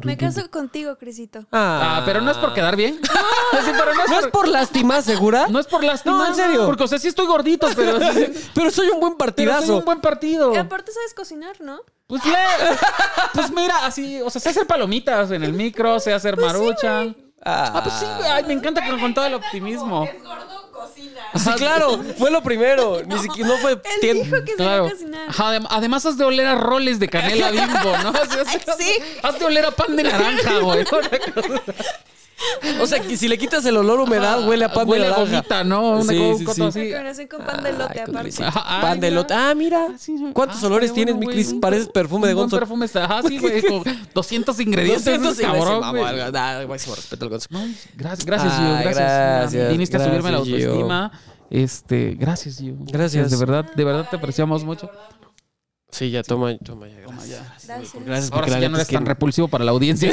Speaker 3: Me caso contigo, Crisito.
Speaker 2: Ah, pero no es por quedar bien. Sí, pero no es
Speaker 1: ¿No
Speaker 2: por-
Speaker 1: es por lástima, segura?
Speaker 2: No es por lástima.
Speaker 1: No, en serio.
Speaker 2: Porque, o sea, sí estoy gordito, pero,
Speaker 1: Pero soy un buen
Speaker 2: pero soy
Speaker 1: partidazo.
Speaker 2: un buen
Speaker 1: Oh.
Speaker 2: partido.
Speaker 3: Y aparte sabes cocinar, ¿no?
Speaker 2: Pues, le- pues mira, así, o sea, sé hacer palomitas en el micro, sé hacer marucha.
Speaker 1: Ah,
Speaker 2: ah, pues sí, güey, ay, me encanta que con todo el optimismo.
Speaker 4: Es gordo, cocina.
Speaker 1: Sí, claro, fue lo primero. Ni siquiera no fue
Speaker 3: Él
Speaker 1: tiempo.
Speaker 3: dijo que
Speaker 2: Claro.
Speaker 3: sabía cocinar.
Speaker 2: Ajá, adem- además has de oler a roles de canela bimbo, ¿no? O sea, has-
Speaker 3: Sí.
Speaker 2: Has de oler a pan de naranja, güey.
Speaker 1: O sea, que si le quitas el olor a humedad, huele a pan
Speaker 2: Huele
Speaker 1: de
Speaker 2: a
Speaker 1: naranja.
Speaker 2: gomita, ¿no? Una
Speaker 1: Sí,
Speaker 2: co-
Speaker 1: sí,
Speaker 2: coto
Speaker 1: sí.
Speaker 3: Me
Speaker 2: así.
Speaker 3: conocen con pan de lote,
Speaker 1: Ay, con
Speaker 3: aparte.
Speaker 1: leche.
Speaker 2: Ajá,
Speaker 1: pan
Speaker 2: ay,
Speaker 1: de
Speaker 2: mira.
Speaker 1: lote. Ah, mira.
Speaker 2: Sí, sí.
Speaker 1: ¿Cuántos
Speaker 2: Ah,
Speaker 1: olores
Speaker 2: estaría
Speaker 1: tienes,
Speaker 2: bueno,
Speaker 1: mi
Speaker 2: güey.
Speaker 1: Cris? Pareces perfume de
Speaker 2: Un buen
Speaker 1: Gonzo.
Speaker 2: perfume está. Ajá, sí, güey. con 200 ingredientes.
Speaker 1: 200
Speaker 2: ese cabrón,
Speaker 1: veces,
Speaker 2: güey.
Speaker 1: mamá, al- al máximo respeto al Gonzo.
Speaker 2: No, gracias, gracias,
Speaker 1: Ah,
Speaker 2: Gio, gracias.
Speaker 1: gracias,
Speaker 2: Viniste a subirme la
Speaker 1: gracias, Gio.
Speaker 2: autoestima. Este, gracias, Gio.
Speaker 1: Gracias.
Speaker 2: De verdad, de verdad te apreciamos mucho.
Speaker 1: Sí, ya, toma, toma ya. Gracias.
Speaker 3: Gracias.
Speaker 1: Gracias
Speaker 2: Ahora
Speaker 1: porque
Speaker 2: sí
Speaker 1: la
Speaker 2: ya no
Speaker 1: neta
Speaker 2: eres
Speaker 1: es que-
Speaker 2: tan repulsivo para la audiencia.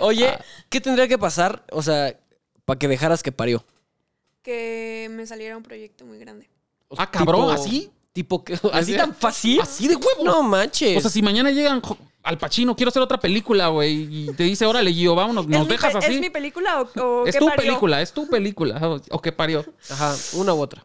Speaker 1: Oye, ¿qué tendría que pasar? O sea, para que dejaras que parió.
Speaker 3: Que me saliera un proyecto muy grande.
Speaker 2: ah, cabrón, así.
Speaker 1: Tipo que. ¿Así
Speaker 2: sea,
Speaker 1: tan fácil?
Speaker 2: así de huevos.
Speaker 1: No manches.
Speaker 2: O sea, si mañana llegan jo, al Pachino, quiero hacer otra película, güey, y te dice, órale, Gio, vámonos,
Speaker 3: ¿Es
Speaker 2: nos
Speaker 3: mi
Speaker 2: dejas
Speaker 3: pe-
Speaker 2: así.
Speaker 3: ¿Es mi película o, o
Speaker 2: Es
Speaker 3: qué
Speaker 2: tu
Speaker 3: parió?
Speaker 2: película, es tu película. Ah, O que parió.
Speaker 1: Ajá, una u otra.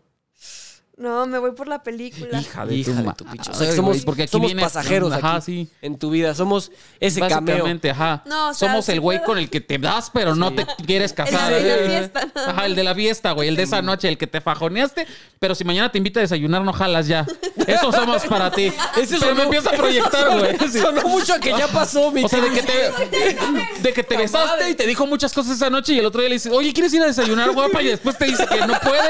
Speaker 3: No, me voy por la película.
Speaker 2: Hija
Speaker 1: Hija de
Speaker 2: ma- Ah,
Speaker 1: tu
Speaker 2: Ay,
Speaker 1: picho. O sea, que
Speaker 2: güey,
Speaker 1: somos,
Speaker 2: porque aquí
Speaker 1: somos
Speaker 2: vienes-
Speaker 1: pasajeros
Speaker 2: Ajá,
Speaker 1: aquí
Speaker 2: sí.
Speaker 1: en tu vida. Somos ese cameo.
Speaker 2: Básicamente, ajá.
Speaker 3: No, o sea,
Speaker 2: Somos
Speaker 3: sí
Speaker 2: el güey
Speaker 3: puedo.
Speaker 2: con el que te das, pero no te quieres casar.
Speaker 3: El de la
Speaker 2: Eh,
Speaker 3: fiesta, nada
Speaker 2: Ajá, el de la fiesta, güey. El de esa noche, el que te fajoneaste, pero si mañana te invita a desayunar, no jalas ya. Eso somos para ti. Eso se me empieza a proyectar, güey. Sí.
Speaker 1: Sonó mucho a que ya pasó, mi
Speaker 2: O sea, de que
Speaker 1: Cris.
Speaker 2: te, de que te besaste y te dijo muchas cosas esa noche y el otro día le dices, oye, ¿quieres ir a desayunar, guapa? Y después te dice que no puede.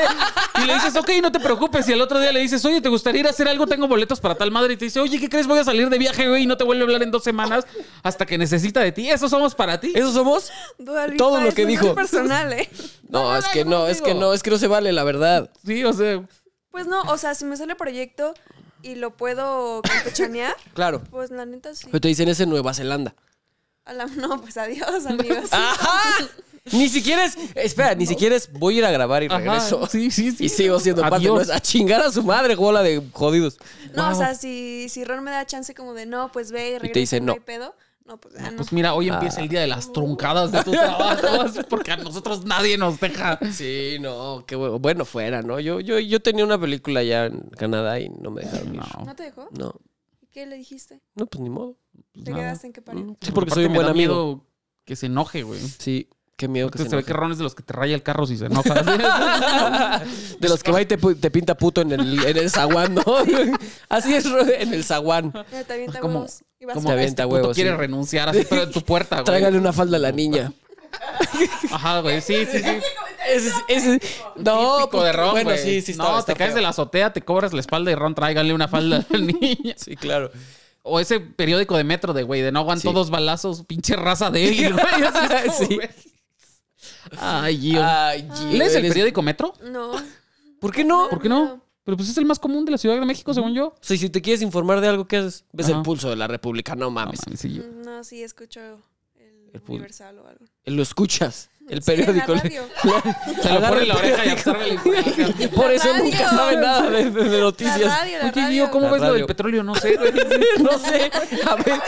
Speaker 2: Y le dices, ok, no te preocupes. Y el otro día le dices, oye, ¿te gustaría ir a hacer algo? Tengo boletos para tal madre. Y te dice, oye, ¿qué crees? Voy a salir de viaje, güey, y no te vuelvo a hablar en dos semanas hasta que necesita de ti. Eso somos para ti.
Speaker 1: ¿Eso somos?
Speaker 3: Dua Lipa
Speaker 1: Todo lo
Speaker 3: es
Speaker 1: que
Speaker 3: muy
Speaker 1: dijo.
Speaker 3: personal, ¿eh?
Speaker 1: No, es que
Speaker 2: yo
Speaker 1: no,
Speaker 2: no
Speaker 1: es
Speaker 2: digo.
Speaker 1: que no, es que no se vale, la verdad.
Speaker 2: Sí, o sea.
Speaker 3: Pues no, o sea, si me sale proyecto y lo puedo campechanear,
Speaker 1: Claro.
Speaker 3: pues la neta sí.
Speaker 1: Pero te dicen es en Nueva Zelanda.
Speaker 3: A la- no, pues adiós, amigos.
Speaker 2: Ah,
Speaker 1: ¡Ajá! Ni siquiera es. Espera, ni siquiera es. Voy a ir a grabar y
Speaker 2: Ajá,
Speaker 1: regreso.
Speaker 2: sí, sí, sí.
Speaker 1: Y sigo siendo parte.
Speaker 2: Adiós.
Speaker 1: no es a chingar a su madre, bola de jodidos.
Speaker 3: No,
Speaker 2: Wow.
Speaker 3: o sea, si, si Ron me da chance como de no, pues ve y regresa.
Speaker 1: dice no.
Speaker 3: hay pedo. No, pues ya no.
Speaker 2: Pues mira, hoy empieza el día de las truncadas de tus trabajos porque a nosotros nadie nos deja.
Speaker 1: Sí, no, qué bueno. Bueno, fuera, ¿no? Yo, yo, yo tenía una película allá en Canadá y no me dejaron ir.
Speaker 2: No,
Speaker 3: ¿No te dejó?
Speaker 1: No,
Speaker 3: ¿Y qué le dijiste?
Speaker 1: no, pues ni modo.
Speaker 3: ¿Te
Speaker 2: nada. Mm.
Speaker 3: quedaste en qué parió?
Speaker 1: Sí, porque soy un buen amigo.
Speaker 2: Que se enoje, güey.
Speaker 1: Sí, qué miedo que
Speaker 2: Entonces
Speaker 1: se,
Speaker 2: se ve que
Speaker 1: enoje.
Speaker 2: Ron es de los que te raya el carro si se enoja.
Speaker 1: De los que va y te, pu- te pinta puto en el, en el zaguán, ¿no? Así es, Ro- en el zaguán.
Speaker 2: Ah,
Speaker 3: Mira,
Speaker 2: Pues,
Speaker 3: te avienta
Speaker 2: Como-
Speaker 3: huevos. Y vas
Speaker 2: Como
Speaker 1: Te
Speaker 3: a...
Speaker 1: avienta
Speaker 2: este puto
Speaker 1: huevos,
Speaker 2: quiere
Speaker 1: sí.
Speaker 2: renunciar así pero en tu puerta, güey.
Speaker 1: Tráigale una falda a la niña.
Speaker 2: Ajá, güey. Sí, sí, sí.
Speaker 1: Ese, es- ese, no,
Speaker 2: Típico de Ron,
Speaker 1: bueno,
Speaker 2: güey.
Speaker 1: sí, sí, está,
Speaker 2: No,
Speaker 1: está
Speaker 2: te caes
Speaker 1: feo.
Speaker 2: de la azotea, te cobras la espalda y Ron, tráigale una falda a la niña.
Speaker 1: Sí, claro.
Speaker 2: O ese periódico de metro de, güey, de no aguantó
Speaker 1: Sí.
Speaker 2: dos balazos, pinche raza débil, güey. Así es como,
Speaker 1: Sí.
Speaker 2: güey. Ay, Gio.
Speaker 1: Ay, Gio,
Speaker 2: ¿Lees el
Speaker 1: eres-
Speaker 2: periódico metro?
Speaker 3: No.
Speaker 1: ¿Por qué no?
Speaker 2: ¿Por qué no? Pero pues es el más común de la Ciudad de México, según yo.
Speaker 1: O sea, si te quieres informar de algo, ¿qué haces? Ves
Speaker 2: Ajá.
Speaker 1: el pulso de la República, no
Speaker 2: No
Speaker 1: mames.
Speaker 2: mames, sí, yo.
Speaker 3: No, sí, escucho el,
Speaker 1: pul-
Speaker 3: Universal o algo.
Speaker 1: Lo escuchas, el
Speaker 3: Sí, en la
Speaker 1: periódico.
Speaker 3: radio.
Speaker 2: Se lo
Speaker 1: Agarra
Speaker 2: pone en
Speaker 1: el
Speaker 2: la oreja y
Speaker 1: periódico.
Speaker 2: absorbe la información.
Speaker 1: Y por eso
Speaker 3: La
Speaker 1: nunca
Speaker 3: radio.
Speaker 1: sabe nada de, de- de
Speaker 3: La
Speaker 1: noticias.
Speaker 3: radio, la
Speaker 2: Oye,
Speaker 3: radio.
Speaker 2: Gio, ¿cómo
Speaker 1: La
Speaker 2: ves lo del
Speaker 1: radio.
Speaker 2: petróleo? No sé, güey.
Speaker 1: no sé. A ver,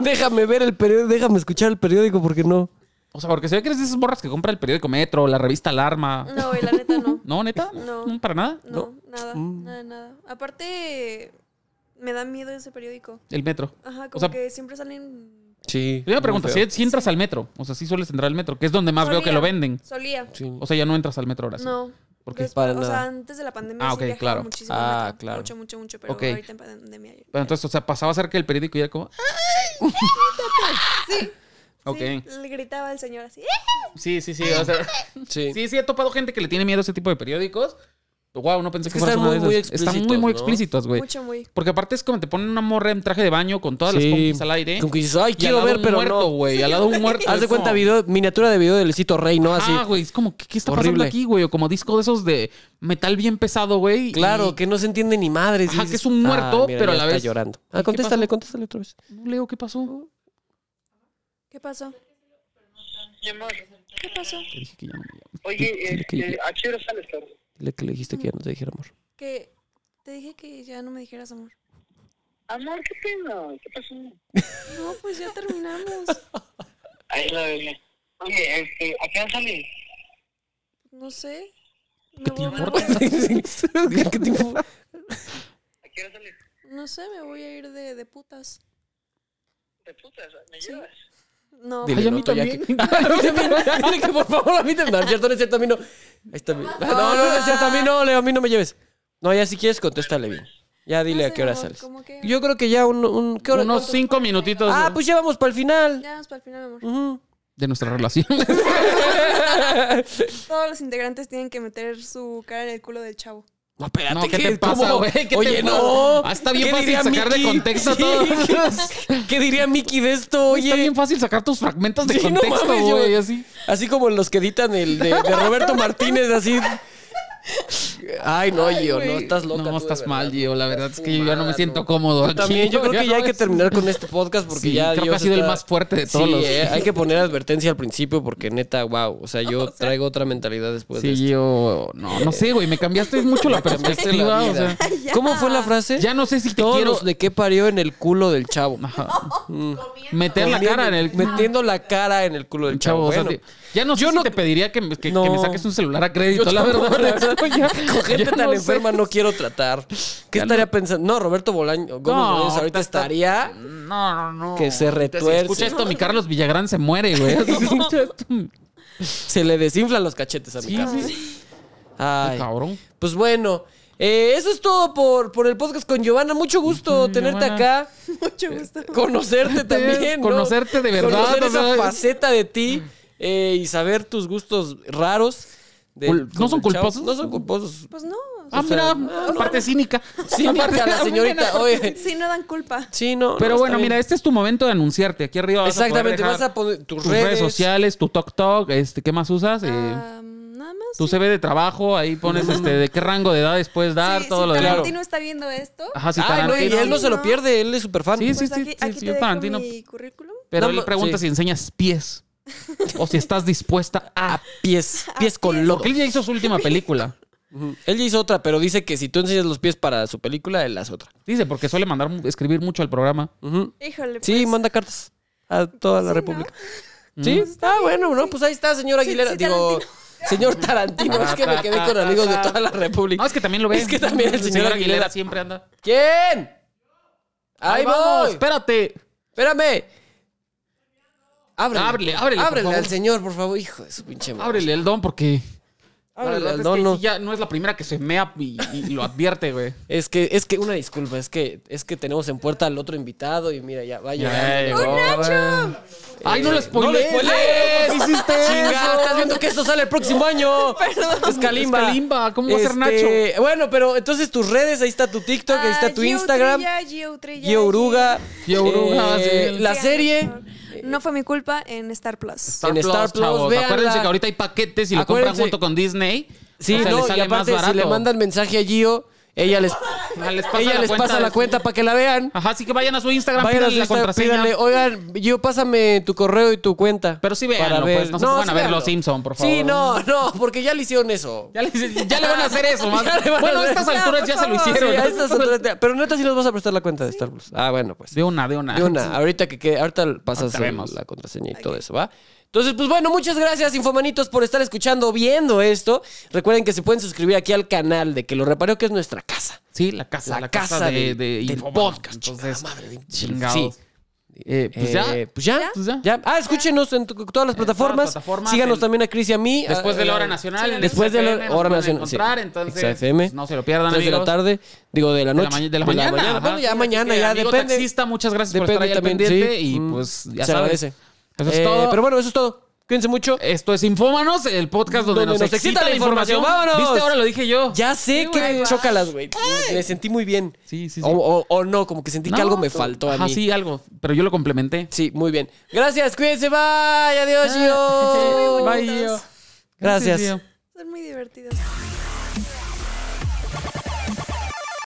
Speaker 1: déjame ver el periódico, déjame escuchar el periódico porque no.
Speaker 2: O sea, porque se ve que eres de esas borras que compra el periódico Metro, la revista Alarma.
Speaker 3: No, güey, la neta no.
Speaker 2: ¿No, neta?
Speaker 3: No.
Speaker 2: ¿Para nada?
Speaker 3: No, nada,
Speaker 2: Mm.
Speaker 3: nada, nada. Aparte, me da miedo ese periódico.
Speaker 2: El Metro.
Speaker 3: Ajá,
Speaker 2: O
Speaker 3: como
Speaker 2: sea,
Speaker 3: que siempre salen...
Speaker 1: Sí.
Speaker 2: Yo me pregunto, si, si entras al Metro, o sea, si sueles entrar al Metro, que es donde más veo que
Speaker 3: Solía,
Speaker 2: lo venden.
Speaker 3: Solía.
Speaker 2: O sea, ya no entras al Metro ahora sí.
Speaker 3: No.
Speaker 2: ¿Por qué?
Speaker 3: Después-
Speaker 1: Para
Speaker 3: o
Speaker 1: nada.
Speaker 3: sea, antes de la pandemia
Speaker 2: Ah,
Speaker 3: sí
Speaker 2: ok,
Speaker 3: viajaba
Speaker 2: claro.
Speaker 3: muchísimo.
Speaker 1: Ah,
Speaker 3: neta.
Speaker 1: claro.
Speaker 3: Mucho, mucho, mucho. Pero
Speaker 2: Ok.
Speaker 3: ahorita en pandemia... ya-
Speaker 2: Pero entonces, o sea, pasaba cerca del periódico y era como... "Ah". Ok.
Speaker 3: Sí, le gritaba el señor así. "¡Eh!".
Speaker 2: Sí, sí, sí. O sea,
Speaker 1: Sí.
Speaker 2: sí, sí, he topado gente que le tiene miedo a ese tipo de periódicos. Wow, no pensé
Speaker 1: Es
Speaker 2: que,
Speaker 1: que
Speaker 2: fueras
Speaker 1: están
Speaker 2: una de
Speaker 1: muy, muy
Speaker 2: esas. Están muy,
Speaker 1: explícitos,
Speaker 2: muy
Speaker 1: ¿no?
Speaker 2: explícitos, güey.
Speaker 3: Mucho, muy.
Speaker 2: Porque aparte es como te ponen una morra en traje de baño con todas
Speaker 1: Sí.
Speaker 2: las pompis al aire.
Speaker 1: Como que dices, ay,
Speaker 2: y
Speaker 1: quiero
Speaker 2: al lado
Speaker 1: ver,
Speaker 2: un
Speaker 1: pero
Speaker 2: muerto,
Speaker 1: no.
Speaker 2: güey. Al lado un muerto.
Speaker 1: Haz de
Speaker 2: eso.
Speaker 1: cuenta, video, miniatura de video del Lecito Rey, ¿no? Así.
Speaker 2: Ah, güey, es como, ¿qué, qué está pasando
Speaker 1: Horrible.
Speaker 2: aquí, güey? O como disco de esos de metal bien pesado, güey.
Speaker 1: claro, que no se entiende ni madre. "Ah,
Speaker 2: Ajá, que es un muerto, pero a la
Speaker 1: está
Speaker 2: vez-
Speaker 1: llorando.
Speaker 2: ¿Y
Speaker 1: Ah,
Speaker 2: qué
Speaker 1: contéstale, contéstale otra vez.
Speaker 2: Y... No leo qué pasó.
Speaker 3: ¿Qué pasó?
Speaker 5: Mi amor,
Speaker 3: ¿Qué pasó?
Speaker 2: Te dije que ya no me llamo.
Speaker 5: oye,
Speaker 1: Dile que-
Speaker 5: este, ¿a qué hora sales, Clau?
Speaker 1: Dile que le dijiste que ya no te dijera amor.
Speaker 3: Que te dije que ya no me dijeras amor.
Speaker 5: Amor, ¿qué pena? ¿Qué pasó?
Speaker 3: No, pues ya terminamos.
Speaker 5: Ahí la bebé. Oye, este, ¿a qué hora sales?
Speaker 3: No sé. Me
Speaker 2: ¿Qué te
Speaker 3: voy, me
Speaker 2: importa?
Speaker 3: voy-
Speaker 1: ¿Qué te importa?
Speaker 5: ¿A qué hora sales?
Speaker 3: no sé, me voy a ir de, de putas.
Speaker 5: De putas, ¿me
Speaker 3: Sí.
Speaker 5: llevas?
Speaker 3: No,
Speaker 1: Dile,
Speaker 2: Ay, a
Speaker 1: no,
Speaker 2: mí
Speaker 1: tú ya
Speaker 2: también.
Speaker 1: que- Ay, a mí también. Dile que por favor a mí también. No, es cierto, no es cierto, a mí no. Ahí está mi- No, no, no es cierto, a mí no, Leo, a mí no me lleves. No, ya si quieres, contéstale bien. Ya dile
Speaker 3: no
Speaker 1: a
Speaker 3: sé,
Speaker 1: qué hora
Speaker 3: amor,
Speaker 1: sales.
Speaker 3: como que-
Speaker 1: Yo creo que ya un... un- ¿qué hora?
Speaker 2: Unos cinco minutitos
Speaker 1: Ah,
Speaker 2: de-
Speaker 1: pues ya vamos para el final.
Speaker 3: Ya vamos para el final, amor.
Speaker 1: Ujú.
Speaker 2: de nuestra relación.
Speaker 3: Todos los integrantes tienen que meter su cara en el culo del chavo.
Speaker 1: No, espérate,
Speaker 2: No, ¿qué te pasa,
Speaker 1: ¿Cómo?
Speaker 2: güey? ¿Qué te
Speaker 1: Oye,
Speaker 2: pasa?
Speaker 1: no.
Speaker 2: Ah, está bien
Speaker 1: ¿Qué
Speaker 2: fácil
Speaker 1: diría
Speaker 2: sacar de
Speaker 1: Mickey?
Speaker 2: contexto todo.
Speaker 1: ¿Qué, qué diría Mickey de esto? Oye,
Speaker 2: Está bien fácil sacar tus fragmentos de
Speaker 1: Sí, no
Speaker 2: contexto,
Speaker 1: mames, yo-
Speaker 2: güey, así.
Speaker 1: así como los que editan el de, de Roberto Martínez, así. Ay, no, Gio, no, estás loca.
Speaker 2: No,
Speaker 1: tú, de
Speaker 2: estás
Speaker 1: verdad.
Speaker 2: mal, Gio. La verdad es que yo ya no me
Speaker 1: Fumada,
Speaker 2: siento
Speaker 1: no.
Speaker 2: cómodo aquí.
Speaker 1: También yo creo que ya hay que
Speaker 2: no-
Speaker 1: terminar con este podcast porque
Speaker 2: Sí,
Speaker 1: ya
Speaker 2: creo que
Speaker 1: Dios
Speaker 2: ha sido el
Speaker 1: está-
Speaker 2: más fuerte de todos
Speaker 1: Sí,
Speaker 2: los-
Speaker 1: eh, hay que poner advertencia al principio porque neta, wow, o sea, yo traigo otra mentalidad después de
Speaker 2: Sí,
Speaker 1: esto.
Speaker 2: yo... No, no sé, güey. Me cambiaste mucho la
Speaker 1: Cambiaste la
Speaker 2: perspectiva. o
Speaker 1: vida.
Speaker 2: sea,
Speaker 1: ¿Cómo fue la frase?
Speaker 2: ya no sé si te
Speaker 1: Todos
Speaker 2: quiero...
Speaker 1: los de qué parió en el culo del chavo.
Speaker 2: Meter la cara en el...
Speaker 1: metiendo la cara en el culo del
Speaker 2: Chavo,
Speaker 1: chavo.
Speaker 2: o sea,
Speaker 1: Bueno,
Speaker 2: te- ya no sé
Speaker 1: yo
Speaker 2: si
Speaker 1: no-
Speaker 2: te pediría que, me- que- que me
Speaker 1: No.
Speaker 2: saques un celular a crédito, la
Speaker 1: tampoco,
Speaker 2: verdad.
Speaker 1: la
Speaker 2: Ya-
Speaker 1: con gente
Speaker 2: ya
Speaker 1: tan
Speaker 2: no sé.
Speaker 1: enferma no quiero tratar. ¿Qué estaría pensando? No, Roberto Bolaño, Gómez
Speaker 2: No,
Speaker 1: Bolaños ahorita
Speaker 2: está-
Speaker 1: estaría
Speaker 2: No, no, no.
Speaker 1: Que se retuerce.
Speaker 2: Si escucha esto, mi Carlos Villagrán se muere, güey. Si escucha esto, mi-
Speaker 1: se le desinflan los cachetes a mi
Speaker 2: Sí,
Speaker 1: Carlos.
Speaker 2: sí.
Speaker 1: Ay.
Speaker 2: Cabrón.
Speaker 1: Pues bueno, eh, eso es todo por, por el podcast con Giovanna. Mucho gusto tenerte
Speaker 2: Giovanna.
Speaker 1: acá,
Speaker 3: Mucho
Speaker 1: Eh,
Speaker 3: gusto.
Speaker 1: conocerte también. ¿no?
Speaker 2: Conocerte de verdad,
Speaker 1: Conocer
Speaker 2: o sea,
Speaker 1: esa
Speaker 2: es-
Speaker 1: faceta de ti eh, y saber tus gustos raros. de-
Speaker 2: Cul- ¿no
Speaker 1: con
Speaker 2: son
Speaker 1: el chavo.
Speaker 2: culposos?
Speaker 1: No son culposos.
Speaker 3: Pues no.
Speaker 2: Ah,
Speaker 1: O sea,
Speaker 2: mira,
Speaker 1: no,
Speaker 2: parte cínica.
Speaker 1: Sí, a la señorita. Oye,
Speaker 3: Ah, Sí, no dan culpa.
Speaker 1: sí, no.
Speaker 2: Pero
Speaker 1: no,
Speaker 2: bueno,
Speaker 1: está bien.
Speaker 2: mira, este es tu momento de anunciarte. Aquí arriba vas a poder
Speaker 1: Exactamente,
Speaker 2: dejar
Speaker 1: vas a poner tus,
Speaker 2: tus redes.
Speaker 1: redes
Speaker 2: sociales, tu TokTok, este, ¿qué más usas? Eh,
Speaker 3: Ah, nada más.
Speaker 2: tu
Speaker 3: sí.
Speaker 2: CV de trabajo, ahí pones este de qué rango de edades puedes dar,
Speaker 3: Sí,
Speaker 2: todo
Speaker 3: si
Speaker 2: lo de
Speaker 3: Tarantino está viendo esto.
Speaker 2: Ajá, sí,
Speaker 1: Ay, no, y
Speaker 2: Tarantino.
Speaker 1: él no se lo
Speaker 3: No.
Speaker 1: pierde, él es súper fan.
Speaker 2: Sí, sí,
Speaker 3: Pues aquí,
Speaker 2: sí,
Speaker 3: aquí
Speaker 2: sí,
Speaker 3: te dejo
Speaker 2: Tarantino.
Speaker 3: mi currículum.
Speaker 2: Pero
Speaker 1: No,
Speaker 2: él
Speaker 1: no,
Speaker 2: pregunta
Speaker 1: sí.
Speaker 2: si enseñas pies o si estás dispuesta a.
Speaker 1: A pies, pies con loco.
Speaker 2: Porque él ya hizo su última película.
Speaker 1: Ujú. Él ya hizo otra, pero dice que si tú enseñas los pies para su película, él hace otra.
Speaker 2: Dice, porque suele mandar escribir mucho al programa.
Speaker 1: Ujú.
Speaker 3: Híjole. Pues,
Speaker 1: Sí, manda cartas a toda la
Speaker 3: Sí, ¿no?
Speaker 1: República. Sí, está bueno, ¿no? Pues ahí está, señor Aguilera.
Speaker 3: sí,
Speaker 1: Digo, señor Tarantino, es que me quedé con amigos de toda la República.
Speaker 2: No, es que también lo ve.
Speaker 1: Es que también el señor Aguilera.
Speaker 2: siempre anda.
Speaker 1: ¿Quién? Ahí
Speaker 2: vamos,
Speaker 1: voy.
Speaker 2: espérate.
Speaker 1: Espérame. Ábrele.
Speaker 2: Ábrele, ábrele, por
Speaker 1: Ábrele al
Speaker 2: favor.
Speaker 1: señor, por favor. Hijo de su pinche madre.
Speaker 2: Ábrele el don porque la
Speaker 1: Ábrele
Speaker 2: verdad
Speaker 1: al
Speaker 2: es
Speaker 1: don,
Speaker 2: que
Speaker 1: no.
Speaker 2: sí ya no es la primera que se mea y, y lo advierte, güey.
Speaker 1: Es que, es que, una disculpa, es que, es que tenemos en puerta al otro invitado y mira, ya va
Speaker 2: Ay,
Speaker 1: llorando.
Speaker 2: güey. Ay,
Speaker 1: Eh, ¡No
Speaker 2: no lo
Speaker 1: le
Speaker 2: spoilees.
Speaker 1: spoilees!
Speaker 2: hiciste
Speaker 1: Chinga, estás viendo que esto sale el próximo año. Perdón. Es Kalimba. Este,
Speaker 2: Es Kalimba, ¿cómo va a ser Nacho?
Speaker 1: Bueno, pero entonces tus redes, ahí está tu TikTok, ahí está
Speaker 3: Ah,
Speaker 1: tu
Speaker 3: Gio
Speaker 1: Instagram.
Speaker 3: Utrilla, Gio Utrilla,
Speaker 1: Gio Uruga.
Speaker 2: Gio Uruga, sí.
Speaker 1: La
Speaker 3: Síganme,
Speaker 1: serie.
Speaker 3: por favor. No fue mi culpa en Star Plus.
Speaker 2: Star
Speaker 1: en
Speaker 2: Plus,
Speaker 1: Star Plus,
Speaker 2: chavos.
Speaker 1: véanla.
Speaker 2: Acuérdense que ahorita hay paquetes y lo compran
Speaker 1: Acuérdense.
Speaker 2: junto con Disney.
Speaker 1: Sí,
Speaker 2: o sea,
Speaker 1: no,
Speaker 2: les sale
Speaker 1: y aparte,
Speaker 2: más
Speaker 1: si
Speaker 2: barato.
Speaker 1: le mandan mensaje a Gio, ella les,
Speaker 2: Ah, les pasa
Speaker 1: ella
Speaker 2: la
Speaker 1: les
Speaker 2: cuenta
Speaker 1: pasa
Speaker 2: de
Speaker 1: la
Speaker 2: su-
Speaker 1: cuenta para que la vean.
Speaker 2: Ajá, así que vayan a su Instagram,
Speaker 1: Vayan a
Speaker 2: pídanle
Speaker 1: su
Speaker 2: la
Speaker 1: Instagram,
Speaker 2: contraseña.
Speaker 1: pídanle, oigan, yo pásame tu correo y tu cuenta.
Speaker 2: Pero sí
Speaker 1: para
Speaker 2: véanlo, pues, no se pongan a ver
Speaker 1: véanlo.
Speaker 2: Los Simpson, por
Speaker 1: Sí,
Speaker 2: favor.
Speaker 1: no, no, porque ya le hicieron eso.
Speaker 2: Ya le, ya le van a hacer eso, más.
Speaker 1: Ya le van a
Speaker 2: Bueno, a
Speaker 1: hacer-
Speaker 2: estas alturas ya se lo hicieron.
Speaker 1: Sí,
Speaker 2: ¿no?
Speaker 1: a estas alturas ya- Pero neta, sí nos vas a prestar la cuenta de Star Plus. Ah, bueno, pues.
Speaker 2: De una, de una.
Speaker 1: De una, ahorita que quede- ahorita pasas
Speaker 2: Ahorita
Speaker 1: el-
Speaker 2: vemos.
Speaker 1: la contraseña y todo eso, ¿va? Entonces, pues bueno, muchas gracias, Infomanitos, por estar escuchando, viendo esto. Recuerden que se pueden suscribir aquí al canal de que lo reparó, que es nuestra casa.
Speaker 2: Sí, la casa.
Speaker 1: La,
Speaker 2: La, casa, de, de
Speaker 1: del
Speaker 2: Infobae.
Speaker 1: podcast.
Speaker 2: Entonces,
Speaker 1: chingada madre, bien
Speaker 2: chingados.
Speaker 1: Sí.
Speaker 2: Eh, pues ya.
Speaker 1: Eh, pues ya,
Speaker 2: ¿Ya?
Speaker 1: pues ya. Ya. Ah, escúchenos en tu- todas las
Speaker 2: todas las
Speaker 1: plataformas.
Speaker 2: plataformas,
Speaker 1: Síganos
Speaker 2: en-
Speaker 1: también a Chris y a mí.
Speaker 2: Después de la hora
Speaker 1: Ah,
Speaker 2: nacional. en
Speaker 1: Después de
Speaker 2: XFM
Speaker 1: la
Speaker 2: nos
Speaker 1: hora
Speaker 2: pueden
Speaker 1: nacional. sí.
Speaker 2: encontrar, entonces,
Speaker 1: XFM,
Speaker 2: pues, no se lo pierdan,
Speaker 1: tres de la
Speaker 2: amigos.
Speaker 1: tarde, digo de la
Speaker 2: De la,
Speaker 1: noche.
Speaker 2: ma- de la mañana.
Speaker 1: mañana.
Speaker 2: ajá.
Speaker 1: Bueno, ya
Speaker 2: Así
Speaker 1: mañana,
Speaker 2: que,
Speaker 1: ya
Speaker 2: amigo
Speaker 1: depende.
Speaker 2: Taxista, muchas gracias por
Speaker 1: Depende
Speaker 2: estar ahí al
Speaker 1: también,
Speaker 2: pendiente.
Speaker 1: sí.
Speaker 2: Y
Speaker 1: Mm,
Speaker 2: pues, ya
Speaker 1: se
Speaker 2: sabes.
Speaker 1: agradece.
Speaker 2: Eso es
Speaker 1: Eh,
Speaker 2: todo. Eh,
Speaker 1: Pero bueno, eso es todo. Cuídense mucho.
Speaker 2: Esto es Infómanos, el podcast donde, nos, excita, la información.
Speaker 1: ¡Vámonos!
Speaker 2: ¿Viste? Ahora lo dije yo.
Speaker 1: Ya sé que
Speaker 3: güey.
Speaker 1: chócalas, güey. Me, me sentí muy bien.
Speaker 2: Sí, sí, sí.
Speaker 1: O, o- o no, como que sentí que
Speaker 2: No,
Speaker 1: algo me
Speaker 2: tú-
Speaker 1: faltó a
Speaker 2: Ajá,
Speaker 1: mí.
Speaker 2: sí, algo. Pero yo lo complementé.
Speaker 1: Sí, muy bien. Gracias, cuídense, bye. Adiós, Gio.
Speaker 2: Bye, Gio.
Speaker 1: Gracias.
Speaker 2: Gio.
Speaker 3: Son muy divertidos.